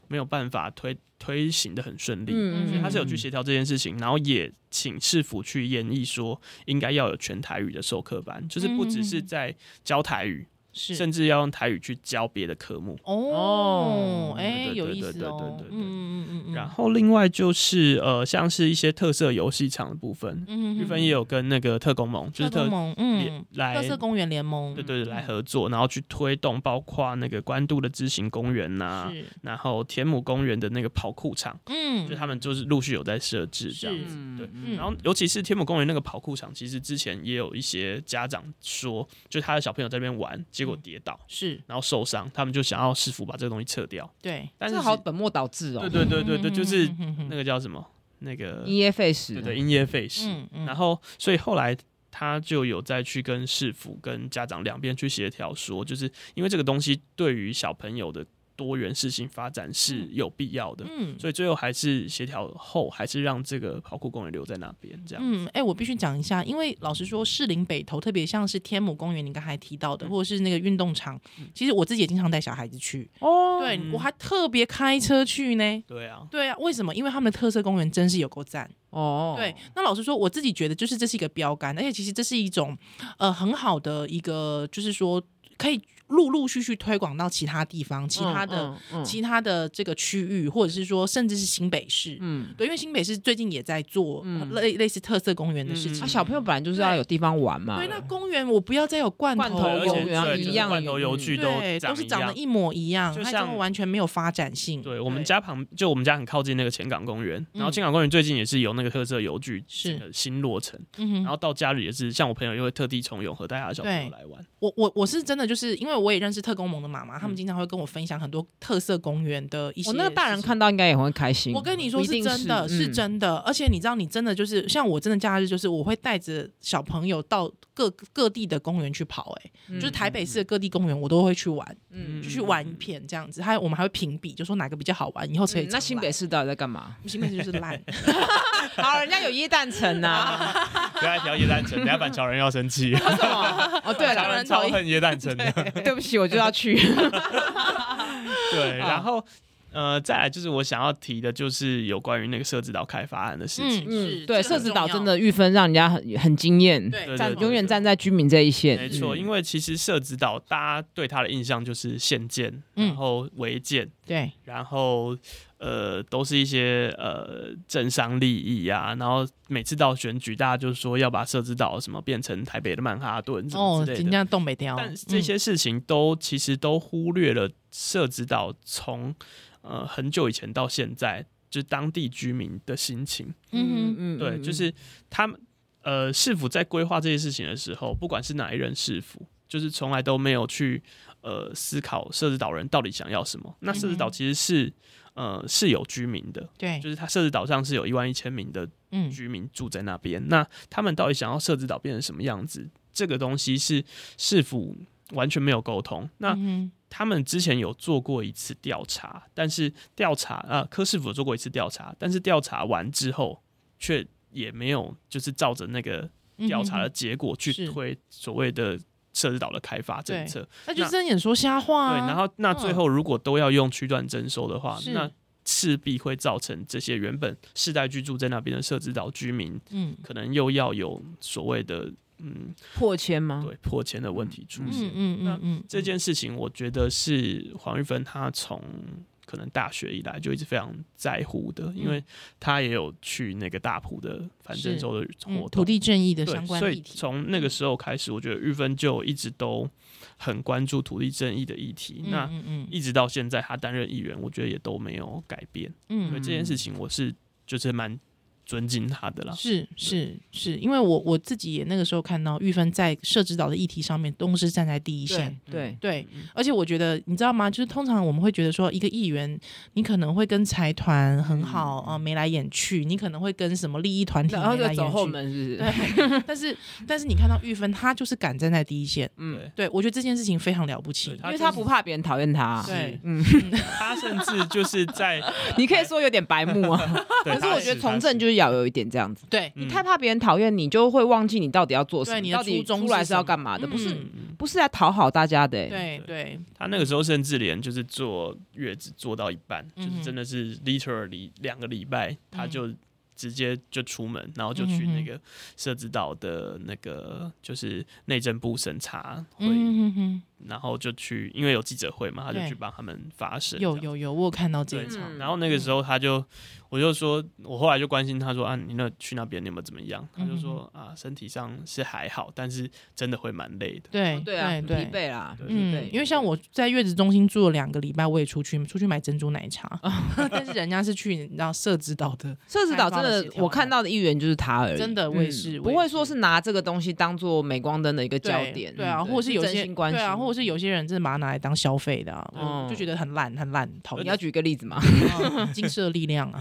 Speaker 3: 没有办法推推行的很顺利。
Speaker 1: 嗯
Speaker 3: 所以他是有去
Speaker 2: 嗯
Speaker 3: 协调这件事情，然后也请市府去研议说，应该要有全台语的授课班，就是不只
Speaker 1: 嗯
Speaker 3: 是在教台语，
Speaker 1: 是
Speaker 3: 甚至要用台语去教别的科目。
Speaker 1: 哦
Speaker 2: 哦，
Speaker 1: 哎，
Speaker 3: 对对
Speaker 1: 有
Speaker 3: 对
Speaker 1: 意
Speaker 3: 对
Speaker 1: 思
Speaker 3: 对
Speaker 1: 哦，
Speaker 3: 对对对
Speaker 1: 嗯嗯嗯嗯，
Speaker 3: 然后另外就是呃，像是一些特色游戏场的部分，
Speaker 1: 嗯，
Speaker 3: 日本也有跟那个特工盟，就是
Speaker 1: 特工
Speaker 3: 特
Speaker 1: 盟，嗯，
Speaker 3: 来
Speaker 1: 特色公园联盟，
Speaker 3: 对对对来
Speaker 1: 嗯
Speaker 3: 合作，然后去推动包括那个关渡的知行公园呐、
Speaker 1: 是，
Speaker 3: 然后田母公园的那个跑酷场，就
Speaker 1: 嗯，
Speaker 3: 他们就是陆续有在设置这样
Speaker 1: 是
Speaker 3: 子。对
Speaker 1: 嗯
Speaker 3: 然后，尤其是天母公园那个跑酷场，其实之前也有一些家长说，就他的小朋友在那边玩，结果跌倒，
Speaker 1: 是
Speaker 3: 然后受伤，他们就想要师傅把这个东西撤掉。
Speaker 1: 对，嗯
Speaker 3: 但是
Speaker 2: 这
Speaker 3: 其，
Speaker 2: 好本末倒置哦
Speaker 3: 对。对对对对，就是那
Speaker 1: 那，
Speaker 3: 个叫什么，那个
Speaker 2: 因噎废食，
Speaker 3: 对对因噎废食。
Speaker 1: 啊嗯嗯，
Speaker 3: 然后，所以后来他就有再去跟市府、跟家长两边去协调，说就是因为这个东西对于小朋友的多元适性发展是有必要的，
Speaker 1: 嗯，
Speaker 3: 所以最后还是协调后，还是让这个跑酷公园留在那边这样。
Speaker 1: 嗯，哎、我必须讲一下，因为老实说，士林北投，特别像是天母公园，你刚才提到的，
Speaker 3: 嗯
Speaker 1: 或者是那个运动场，其实我自己也经常带小孩子去，
Speaker 2: 哦，
Speaker 1: 对
Speaker 3: 嗯
Speaker 1: 我还特别开车去呢。
Speaker 3: 对啊，
Speaker 1: 对啊，为什么？因为他们的特色公园真是有够赞。
Speaker 2: 哦，
Speaker 1: 对，那老实说，我自己觉得就是这是一个标杆，而且其实这是一种呃很好的一个，就是说可以陆陆续续推广到其他地方、其他的、
Speaker 2: 嗯，嗯嗯
Speaker 1: 其他的这个区域，或者是说甚至是新北市。
Speaker 2: 嗯，
Speaker 1: 对，因为新北市最近也在做呃
Speaker 2: 嗯
Speaker 1: 类、类似特色公园的事
Speaker 3: 嗯
Speaker 1: 情
Speaker 2: 啊，，小朋友本来就是要有地方玩嘛
Speaker 1: 对，，那公园我不要再有罐
Speaker 2: 罐
Speaker 1: 头
Speaker 2: 头
Speaker 3: 对
Speaker 1: 游
Speaker 2: 公
Speaker 3: 而且
Speaker 1: 具
Speaker 2: 园
Speaker 3: 对
Speaker 2: 一
Speaker 3: 就是
Speaker 2: 样
Speaker 3: 罐头游具都
Speaker 1: 对，都是
Speaker 3: 一
Speaker 1: 长得
Speaker 3: 样
Speaker 1: 一模一样，
Speaker 3: 就
Speaker 1: 它
Speaker 3: 像
Speaker 1: 真的完全没有发展性。
Speaker 3: 对我们家旁就我们家很靠近那个前港公园，然后
Speaker 1: 嗯
Speaker 3: 前港公园最近也是有那个特色游具
Speaker 1: 是
Speaker 3: 整个新落成，
Speaker 1: 嗯哼，
Speaker 3: 然后到假日也是像我朋友又会特地从永和带他的小朋
Speaker 1: 对
Speaker 3: 友来玩，
Speaker 1: 我我我是真的就是因为我也认识特工盟的妈妈，他们经常会跟我分享很多特色公园的一些。
Speaker 2: 我那个大人。看到应该也很会开心。
Speaker 1: 我跟你
Speaker 2: 不
Speaker 1: 说
Speaker 2: 一定
Speaker 1: 真的，
Speaker 2: 是嗯
Speaker 1: 是真的，而且你知道，你真的就是像我真的假日，就是我会带着小朋友到各各地的公园去跑、欸，
Speaker 2: 嗯
Speaker 1: 就是台北市的各地公园我都会去玩，
Speaker 2: 嗯
Speaker 1: 就去玩一片这样子。还有我们还会评比，就说哪个比较好玩，以后可以、
Speaker 2: 嗯那新北，市到底在干嘛？
Speaker 1: 新北市就是 烂，
Speaker 2: 好，人家有椰蛋城啊呐。
Speaker 3: 不要调 椰蛋城，等下板桥人要生气，
Speaker 2: 为什么？哦，对
Speaker 1: 小
Speaker 2: 了，
Speaker 1: 人超讨厌
Speaker 3: 椰蛋城的。
Speaker 2: 对不起，我就要 去。
Speaker 3: 对，
Speaker 2: 啊
Speaker 3: 然后呃，再来就是我想要提的，就是有关于那个社子岛开发案的事情。
Speaker 1: 嗯，
Speaker 2: 对，社
Speaker 1: 社
Speaker 2: 子岛真的玉芬让人家很很惊艳，
Speaker 1: 对
Speaker 3: 对
Speaker 2: 站
Speaker 3: 对
Speaker 2: 永远站在居民这一线。
Speaker 3: 没错，
Speaker 2: 嗯
Speaker 3: 因为其实社子岛大家对它的印象就是县建，
Speaker 1: 嗯
Speaker 3: 然后违建，
Speaker 1: 对，
Speaker 3: 然后呃，都是一些呃政商利益啊。然后每次到选举，大家就说要把社子岛什么变成台北的曼哈顿什么
Speaker 1: 哦，
Speaker 3: 之类
Speaker 1: 人
Speaker 3: 的。
Speaker 1: 家东北调，
Speaker 3: 但这些事情都、其实都忽略了社子岛从呃很久以前到现在，就是当地居民的心情。
Speaker 1: 嗯，嗯哼，
Speaker 2: 嗯
Speaker 3: 对，就是他们呃，市府在规划这些事情的时候，不管是哪一任市府，就是从来都没有去呃思考社子岛人到底想要什么。那社子
Speaker 1: 嗯
Speaker 3: 岛
Speaker 1: 哼
Speaker 3: 其实是呃是有居民的，
Speaker 1: 对
Speaker 3: 就，是它社子岛上是有一万一千名的
Speaker 1: 嗯，
Speaker 3: 居民住在那边。那他们到底想要社子岛变成什么样子？这个东西是市府完全没有沟通。那
Speaker 1: 嗯
Speaker 3: 他们之前有做过一次调查，但是调查呃柯市府有做过一次调查，但是调查完之后却也没有就是照着那个
Speaker 1: 嗯哼
Speaker 3: 调查的，结果去
Speaker 1: 是嗯
Speaker 3: 推所谓的社子岛的开发政策。
Speaker 1: 那就睁眼说瞎话、
Speaker 3: 对，
Speaker 1: 啊。
Speaker 3: 然后那最后如果都要用区段征收的话，
Speaker 1: 是
Speaker 3: 那势必会造成这些原本世代居住在那边的社子岛居民，
Speaker 1: 嗯
Speaker 3: 可能又要有所谓的嗯
Speaker 2: 破千吗？
Speaker 3: 对破迁的问题出
Speaker 1: 嗯
Speaker 3: 现。
Speaker 1: 嗯嗯嗯，
Speaker 3: 这件事情，我觉得是黄玉芬她从可能大学以来就一直非常在乎的，因
Speaker 1: 嗯
Speaker 3: 为她也有去那个大埔的反征收的
Speaker 1: 嗯
Speaker 3: 活动，
Speaker 1: 土地正义的相
Speaker 3: 对，
Speaker 1: 关
Speaker 3: 所以
Speaker 1: 议题，嗯
Speaker 3: 从那个时候开始，我觉得玉芬就一直都很关注土地正义的议题。
Speaker 1: 嗯
Speaker 3: 那
Speaker 1: 嗯嗯
Speaker 3: 一直到现在，她担任议员，我觉得也都没有改变。
Speaker 1: 嗯
Speaker 3: 所以这件事情，我是就是蛮尊敬他的啦。
Speaker 1: 是是是，因为我我自己也那个时候看到玉芬在社指导的议题上面，都是站在第一线
Speaker 2: 对。嗯对
Speaker 1: 对，而且我觉得，你知道吗？就是通常我们会觉得说，一个议员，你可能会跟财团很好啊、眉来眼去；你可能会跟什么利益团体
Speaker 2: 嗯然后
Speaker 1: 眉
Speaker 2: 就
Speaker 1: 来
Speaker 2: 走
Speaker 1: 眼
Speaker 2: 后
Speaker 1: 去。
Speaker 2: 门， 是不是？
Speaker 1: 对，但是但是你看到玉芬，她就是敢站在第一线。
Speaker 2: 嗯，
Speaker 3: 对，
Speaker 1: 对我觉得这件事情非常了不起
Speaker 3: 对。
Speaker 2: 因
Speaker 3: 他
Speaker 2: 为
Speaker 3: 就
Speaker 2: 他
Speaker 3: 是
Speaker 2: 不怕别人讨厌他，
Speaker 1: 啊
Speaker 2: 啊
Speaker 1: 对，嗯
Speaker 3: 他甚至就是 在，
Speaker 2: 你可以说有点白目啊。
Speaker 3: 可
Speaker 2: 可是我觉得从政就是要有一点这样子，
Speaker 1: 对
Speaker 3: 嗯
Speaker 2: 你太怕别人讨厌你，就会忘记你到底要做什么，
Speaker 1: 嗯对你的
Speaker 2: 到底
Speaker 1: 初衷
Speaker 2: 出来
Speaker 1: 是
Speaker 2: 是要
Speaker 1: 什么
Speaker 2: 干嘛的，不是
Speaker 1: 嗯
Speaker 2: 不是来讨好大家的欸。
Speaker 1: 对对，
Speaker 3: 他那个时候甚至连就是坐月子坐到一半，
Speaker 1: 嗯
Speaker 3: 就是真的是 literally 两个礼拜，他就直接就出门，然后就去
Speaker 1: 嗯哼哼
Speaker 3: 那个社指导的那个就是内政部审查会，
Speaker 1: 嗯哼哼
Speaker 3: 然后就去因为有记者会嘛，他就
Speaker 1: 对
Speaker 3: 去帮他们发声。
Speaker 1: 哼，有有有，我有看到这一
Speaker 3: 对
Speaker 1: 场。嗯
Speaker 3: 然后那个时候他就，我就说，我后来就关心他说啊，你那去那边你有没有怎么样？他
Speaker 1: 嗯
Speaker 3: 就说啊，身体上是还好，但是真的会蛮累的。
Speaker 1: 对
Speaker 2: 哦对啊，疲
Speaker 1: 对。
Speaker 2: 惫啦，
Speaker 3: 对
Speaker 2: 疲
Speaker 1: 嗯，因
Speaker 2: 惫。
Speaker 1: 为像我在月子中心住了两个礼拜，我也出去出去买珍珠奶茶， 但是人家是去你知道社指导的，
Speaker 2: 社指导真
Speaker 1: 开发了
Speaker 2: 的
Speaker 1: 协，调
Speaker 2: 我看到的议员就是他而已，嗯
Speaker 1: 真的我也是我
Speaker 2: 不
Speaker 1: 也
Speaker 2: 会
Speaker 1: 是
Speaker 2: 说是拿这个东西当做镁光灯的一个焦
Speaker 1: 对
Speaker 2: 点，
Speaker 1: 对啊，
Speaker 2: 嗯
Speaker 1: 或者是有
Speaker 2: 真
Speaker 1: 些
Speaker 2: 心关
Speaker 1: 对啊，
Speaker 2: 心
Speaker 1: 或者是有些人真的把它拿来当消费的、啊，
Speaker 2: 嗯
Speaker 1: 我就觉得很烂很烂，讨
Speaker 2: 你
Speaker 1: 厌。
Speaker 2: 要举一个例子吗？
Speaker 1: 啊金色力量 啊，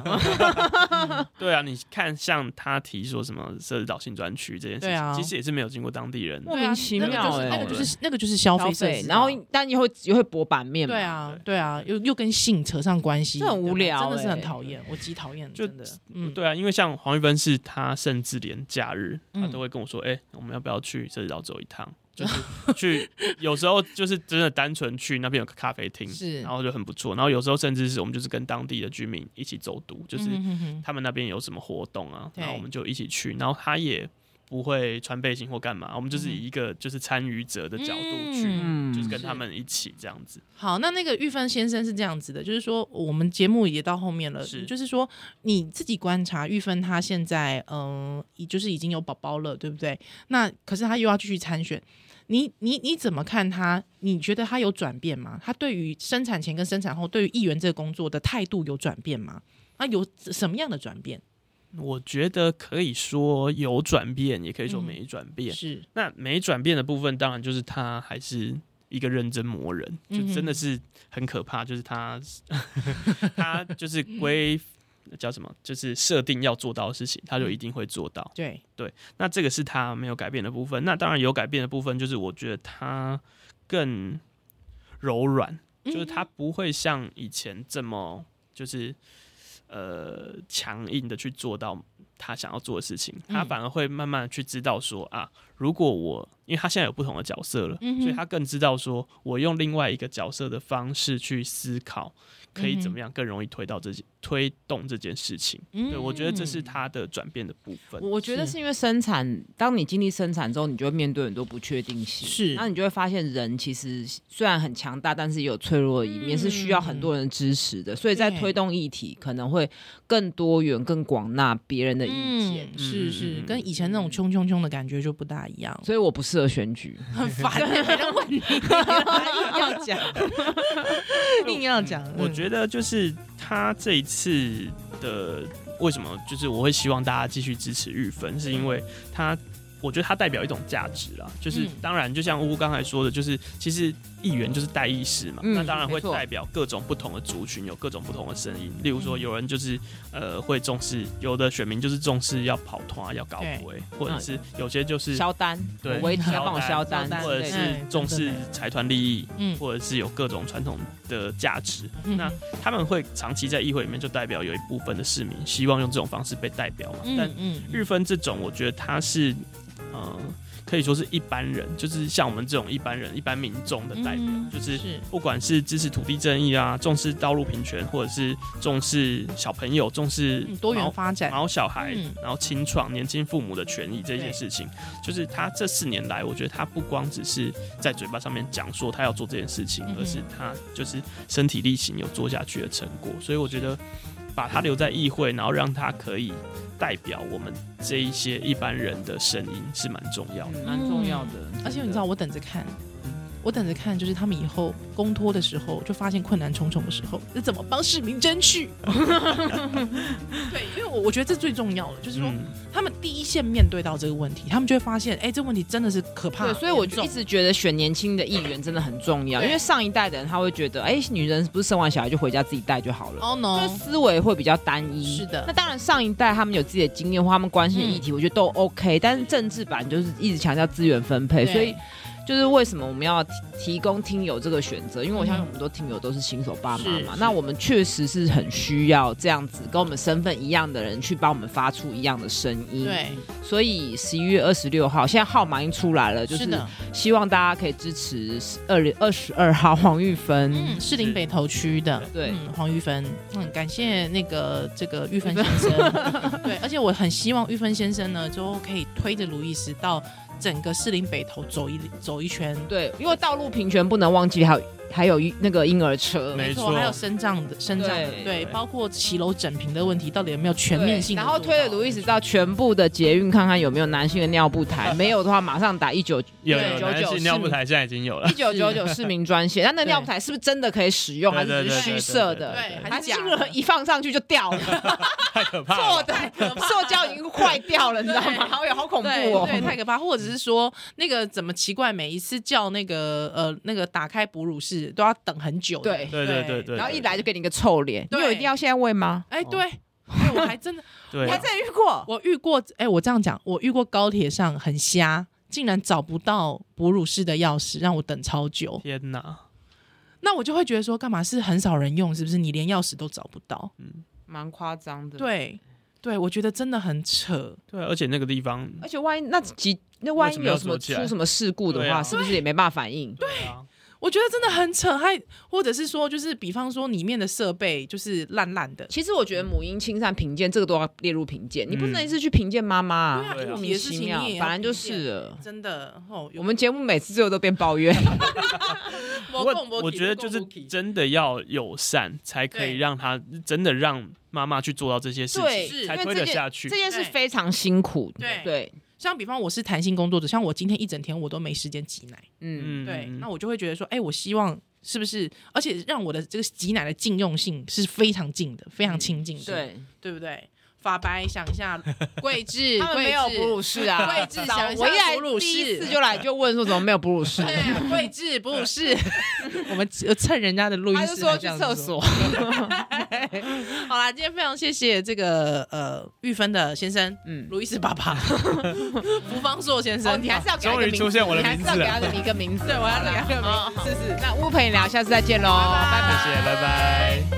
Speaker 3: 对啊，你看像他提说什么社岛新专区这件事
Speaker 1: 对
Speaker 3: 情，
Speaker 1: 啊
Speaker 3: 其实也是没有经过当地人
Speaker 2: 莫名其
Speaker 1: 那
Speaker 2: 妙
Speaker 1: 个就是那
Speaker 2: 欸
Speaker 1: 个就是那个就是消费设
Speaker 2: 费
Speaker 1: 置，啊
Speaker 2: 然后但又会又会博版面嘛，
Speaker 1: 对啊对啊，又又跟性扯上关系，
Speaker 2: 这很无聊
Speaker 1: 对吧真的是很
Speaker 2: 欸
Speaker 1: 讨厌，我极讨厌，
Speaker 3: 就
Speaker 1: 真的，嗯，
Speaker 3: 对啊，因为像黄玉芬是他甚至连假日他
Speaker 1: 嗯
Speaker 3: 都会跟我说，哎、我们要不要去社岛走一趟？ 就是去，有时候就是真的单纯去那边有个咖啡厅，
Speaker 1: 是
Speaker 3: 然后就很不错。然后有时候甚至是我们就是跟当地的居民一起走读，就是
Speaker 1: 嗯哼哼哼
Speaker 3: 他们那边有什么活动啊，
Speaker 1: 对
Speaker 3: 然后我们就一起去，然后他也不会穿背心或干嘛，我们
Speaker 1: 嗯
Speaker 3: 就是以一个就是参与者的角度去，
Speaker 2: 嗯，
Speaker 3: 就是跟他们一起这样子。
Speaker 1: 好，那那个玉芬先生是这样子的，就是说我们节目也到后面了，
Speaker 3: 是
Speaker 1: 就是说你自己观察玉芬她现在嗯、呃已就是已经有宝宝了，对不对？那可是她又要继续参选，你你你怎么看她？你觉得她有转变吗？她对于生产前跟生产后，对于议员这个工作的态度有转变吗？那有什么样的转变？
Speaker 3: 我觉得可以说有转变，也可以说
Speaker 1: 嗯
Speaker 3: 没转变。
Speaker 1: 是，
Speaker 3: 那没转变的部分，当然就是他还是一个认真磨人，就
Speaker 1: 嗯哼
Speaker 3: 真的是很可怕。就 是他，他就是规叫什么，就是设定要做到的事情，他
Speaker 1: 嗯
Speaker 3: 就一定会做到。
Speaker 1: 对，
Speaker 3: 那这个是他没有改变的部分。那当然有改变的部分，就是我觉得他更柔软，
Speaker 1: 嗯
Speaker 3: 就是他不会像以前这么就是呃强硬的去做到他想要做的事情，
Speaker 1: 嗯
Speaker 3: 他反而会慢慢地去知道说啊，如果我因为他现在有不同的角色了，
Speaker 1: 嗯哼
Speaker 3: 所以他更知道说我用另外一个角色的方式去思考，可以怎么样更容易推到这件推动这件事情。
Speaker 1: 嗯
Speaker 3: 对，我觉得这是他的转变的部分。
Speaker 2: 我我觉得
Speaker 1: 是
Speaker 2: 是因为生产，当你经历生产之后，你就会面对很多不确定性，
Speaker 1: 是
Speaker 2: 那你就会发现人其实虽然很强大，但是也有脆弱的一面，是需要很多人支持的，所以在
Speaker 1: 嗯对
Speaker 2: 推动议题可能会更多元、更广纳别人的意见。
Speaker 1: 嗯、是
Speaker 3: 嗯
Speaker 1: 是
Speaker 3: 嗯嗯，
Speaker 1: 跟以前那种冲冲冲的感觉就不大一样，
Speaker 2: 所以我不适合选举，
Speaker 1: 很烦、欸， 别人问你， 硬要讲，硬要讲。
Speaker 2: 嗯
Speaker 3: 我觉得就是他这一次的为什么就是我会希望大家继续支持玉
Speaker 2: 嗯
Speaker 3: 芬，是因为他。我觉得他代表一种价值啦，就是、
Speaker 1: 嗯
Speaker 3: 当然，就像乌乌刚才说的，就是其实议员就是代议士嘛，
Speaker 2: 嗯
Speaker 3: 那当然会
Speaker 2: 没错嗯
Speaker 3: 代表各种不同的族群，有各种不同的声音。例如说，有人就是呃会重视，有的选民就是重视要跑团、要搞
Speaker 1: 对
Speaker 3: 鬼，或者是有些 就是
Speaker 2: 销单，
Speaker 3: 对
Speaker 2: 我一定要
Speaker 3: 销
Speaker 2: 帮我
Speaker 3: 单
Speaker 2: 销单
Speaker 1: 销单
Speaker 2: 之
Speaker 3: 或
Speaker 2: 类
Speaker 3: 者
Speaker 2: 的，
Speaker 3: 是重视财团利益，
Speaker 1: 嗯
Speaker 3: 或者是有各种传统的价值。
Speaker 1: 嗯
Speaker 3: 那他们会长期在议会里面，就代表有一部分的市民希望用这种方式被代表嘛。但
Speaker 1: 嗯
Speaker 3: 日分这种，我觉得他是，呃，可以说是一般人，就是像我们这种一般人、一般民众的代表，
Speaker 1: 嗯
Speaker 3: 就是
Speaker 1: 是
Speaker 3: 不管是支持土地正义啊，重视道路平权，或者是重视小朋友、重视
Speaker 1: 嗯多
Speaker 3: 毛
Speaker 1: 元发展，
Speaker 3: 毛小孩，
Speaker 1: 嗯
Speaker 3: 然后清创年轻父母的权益这件
Speaker 1: 对
Speaker 3: 事情，就是他这四年来，我觉得他不光只是在嘴巴上面讲说他要做这件事情，
Speaker 1: 嗯哼
Speaker 3: 而是他就是身体力行有做下去的成果。所以我觉得把他留在议会，然后让他可以代表我们这一些一般人的声音是蛮重要的。
Speaker 2: 嗯蛮重要的。
Speaker 1: 而且你知道，我等着看。我等着看，就是他们以后公托的时候，就发现困难重重的时候，那怎么帮市民争取？ 对，因为我我觉得这最重要了，就是说、
Speaker 3: 嗯，
Speaker 1: 他们第一线面对到这个问题，他们就会发现，哎、这问题真的是可怕。
Speaker 2: 对，所以我
Speaker 1: 严
Speaker 2: 就
Speaker 1: 重
Speaker 2: 一直觉得选年轻的议员真的很重要，
Speaker 1: 对
Speaker 2: 因为上一代的人他会觉得，哎、女人不是生完小孩就回家自己带就好了。
Speaker 1: 哦、
Speaker 2: 就是
Speaker 1: no，
Speaker 2: 思维会比较单一，
Speaker 1: 是的嗯
Speaker 2: 那当然，上一代他们有自己的经验或他们关心的议题，我觉得都 OK。但是政治版就是一直强调资源分配，
Speaker 1: 对
Speaker 2: 所以就是为什么我们要提提供听友这个选择？因为我相
Speaker 1: 嗯
Speaker 2: 信我们很多听友都是新手爸妈
Speaker 1: 是
Speaker 2: 嘛，
Speaker 1: 是
Speaker 2: 那我们确实是很需要这样子跟我们身份一样的人去帮我们发出一样的声音。，
Speaker 1: 对，
Speaker 2: 所以十一月二十六号，现在号码已经出来了，就是是
Speaker 1: 的，
Speaker 2: 希望大家可以支持二零二十二 号黄玉芬。
Speaker 1: 嗯，士林北投区的，
Speaker 2: 对
Speaker 1: 嗯，黄玉芬，嗯，感谢那个这个玉芬先生， 对，而且我很希望玉芬先生呢，之后可以推着路易斯到整个士林北投走一走一圈，
Speaker 2: 对，因为道路平权不能忘记，还有还有一那个婴儿车。
Speaker 3: 没错
Speaker 1: 还有生长的生长的，对，
Speaker 2: 对
Speaker 3: 对
Speaker 1: 包括骑楼整平的问题，到底有没有全面性
Speaker 2: 对
Speaker 1: 地
Speaker 2: 然后
Speaker 1: 做
Speaker 2: 推了
Speaker 1: 到
Speaker 2: 卢易斯到全部的捷运看看有没有男性的尿布 台，没有的话马上打一九
Speaker 3: 有
Speaker 1: 对
Speaker 3: 有男
Speaker 2: 99
Speaker 3: 性尿布台现在已经 有了
Speaker 2: 一，九九九市民专线，但那
Speaker 1: 对
Speaker 2: 尿布台是不是真的可以使用，还
Speaker 3: 对
Speaker 2: 是只
Speaker 3: 对
Speaker 2: 是
Speaker 3: 对
Speaker 2: 虚
Speaker 3: 对
Speaker 2: 设
Speaker 3: 对
Speaker 2: 的？
Speaker 3: 对
Speaker 1: 对，
Speaker 2: 还
Speaker 1: 还是
Speaker 2: 是
Speaker 1: 假
Speaker 2: 婴儿
Speaker 1: 的
Speaker 2: 一放上去就掉了，
Speaker 3: 太可怕
Speaker 2: 坐
Speaker 3: 了。
Speaker 2: 的塑胶已经坏掉了，你知道吗？好有好恐怖
Speaker 1: 对
Speaker 2: 哦！
Speaker 1: 对，太可怕。或者是说，那个怎么奇怪，每一次叫那个呃那个打开哺乳室都要等很久的。
Speaker 2: 对
Speaker 3: 对对对对，
Speaker 2: 然后一来就给你一个臭脸，你
Speaker 1: 对
Speaker 2: 有一定要现在喂吗？
Speaker 1: 哎、对，
Speaker 2: 哦
Speaker 1: 哎、我还真的，
Speaker 3: 对
Speaker 2: 你
Speaker 3: 啊
Speaker 2: 还真的遇过？
Speaker 1: 我遇过，哎、我这样讲，我遇过高铁上很瞎，竟然找不到哺乳室的钥匙，让我等超久。
Speaker 3: 天哪，
Speaker 1: 那我就会觉得说，干嘛是很少人用，是不是？你连钥匙都找不到？
Speaker 3: 嗯，
Speaker 2: 蛮夸张的。，
Speaker 1: 对，对，我觉得真的很扯。
Speaker 3: 对啊，而且那个地方，
Speaker 2: 而且万一那几那万一
Speaker 3: 为什么要
Speaker 2: 有什么
Speaker 3: 躲起来
Speaker 2: 出什么事故的
Speaker 3: 对
Speaker 2: 话，
Speaker 3: 啊
Speaker 2: 是不是也没办法反应？
Speaker 3: 对啊，
Speaker 1: 我觉得真的很扯，还或者是说，就是比方说里面的设备就是烂烂的，
Speaker 2: 其实我觉得母婴侵占评鉴这个都要列入评鉴，你不
Speaker 3: 嗯
Speaker 2: 能一直去评鉴妈妈、
Speaker 1: 对啊
Speaker 2: 啊，
Speaker 3: 对啊
Speaker 2: 莫
Speaker 1: 你
Speaker 2: 名
Speaker 1: 的事
Speaker 2: 其
Speaker 1: 情
Speaker 2: 妙
Speaker 1: 你也，要
Speaker 2: 反正就
Speaker 1: 评鉴
Speaker 2: 是了。
Speaker 1: 真的哦，
Speaker 2: 我们节目每次最后都变抱怨，
Speaker 1: 我
Speaker 3: 不过我觉得就是真的要友善，才可以
Speaker 1: 对
Speaker 3: 让他真的让妈妈去做到这些 事
Speaker 2: 对
Speaker 3: 情，
Speaker 1: 是
Speaker 3: 才
Speaker 2: 因为
Speaker 3: 推
Speaker 2: 这
Speaker 3: 得
Speaker 2: 件
Speaker 3: 下去
Speaker 2: 这。件事
Speaker 1: 对
Speaker 2: 非常辛苦的。
Speaker 1: 对
Speaker 2: 对，
Speaker 1: 像比方我是弹性工作者，像我今天一整天我都没时间挤奶，
Speaker 2: 嗯，
Speaker 1: 对，那我就会觉得说，哎、我希望是不是，而且让我的这个挤奶的禁用性是非常近的，非常亲近的，
Speaker 2: 对，
Speaker 1: 对不对？法白想一 下，桂枝，
Speaker 2: 他们没有
Speaker 1: 桂枝
Speaker 2: 哺乳室啊。
Speaker 1: 桂枝
Speaker 2: 早
Speaker 1: 想一
Speaker 2: 我一
Speaker 1: 下
Speaker 2: 来
Speaker 1: 哺乳
Speaker 2: 第一
Speaker 1: 室
Speaker 2: 次。就来就问说怎么没有哺乳室，
Speaker 1: 对，桂枝哺乳 室，我们蹭人家的录音
Speaker 2: 他
Speaker 1: 室，
Speaker 2: 就说去厕。所。
Speaker 1: 好啦，今天非常谢谢这个呃玉芬的先生，
Speaker 2: 嗯，
Speaker 1: 路易斯爸 爸，福方硕先生，
Speaker 2: 哦，你还是要给他一个
Speaker 3: 终于
Speaker 2: 名
Speaker 3: 出
Speaker 2: 字
Speaker 3: 现我的
Speaker 2: 你还
Speaker 3: 名
Speaker 2: 是要
Speaker 3: 字
Speaker 2: 给
Speaker 3: 了
Speaker 2: 他的一个名字，
Speaker 1: 对我要给他一个名字
Speaker 2: 好啦好啦好啦是是。那乌陪你聊，下次再见喽，
Speaker 1: 哦拜拜
Speaker 2: 拜
Speaker 3: 谢谢，拜拜。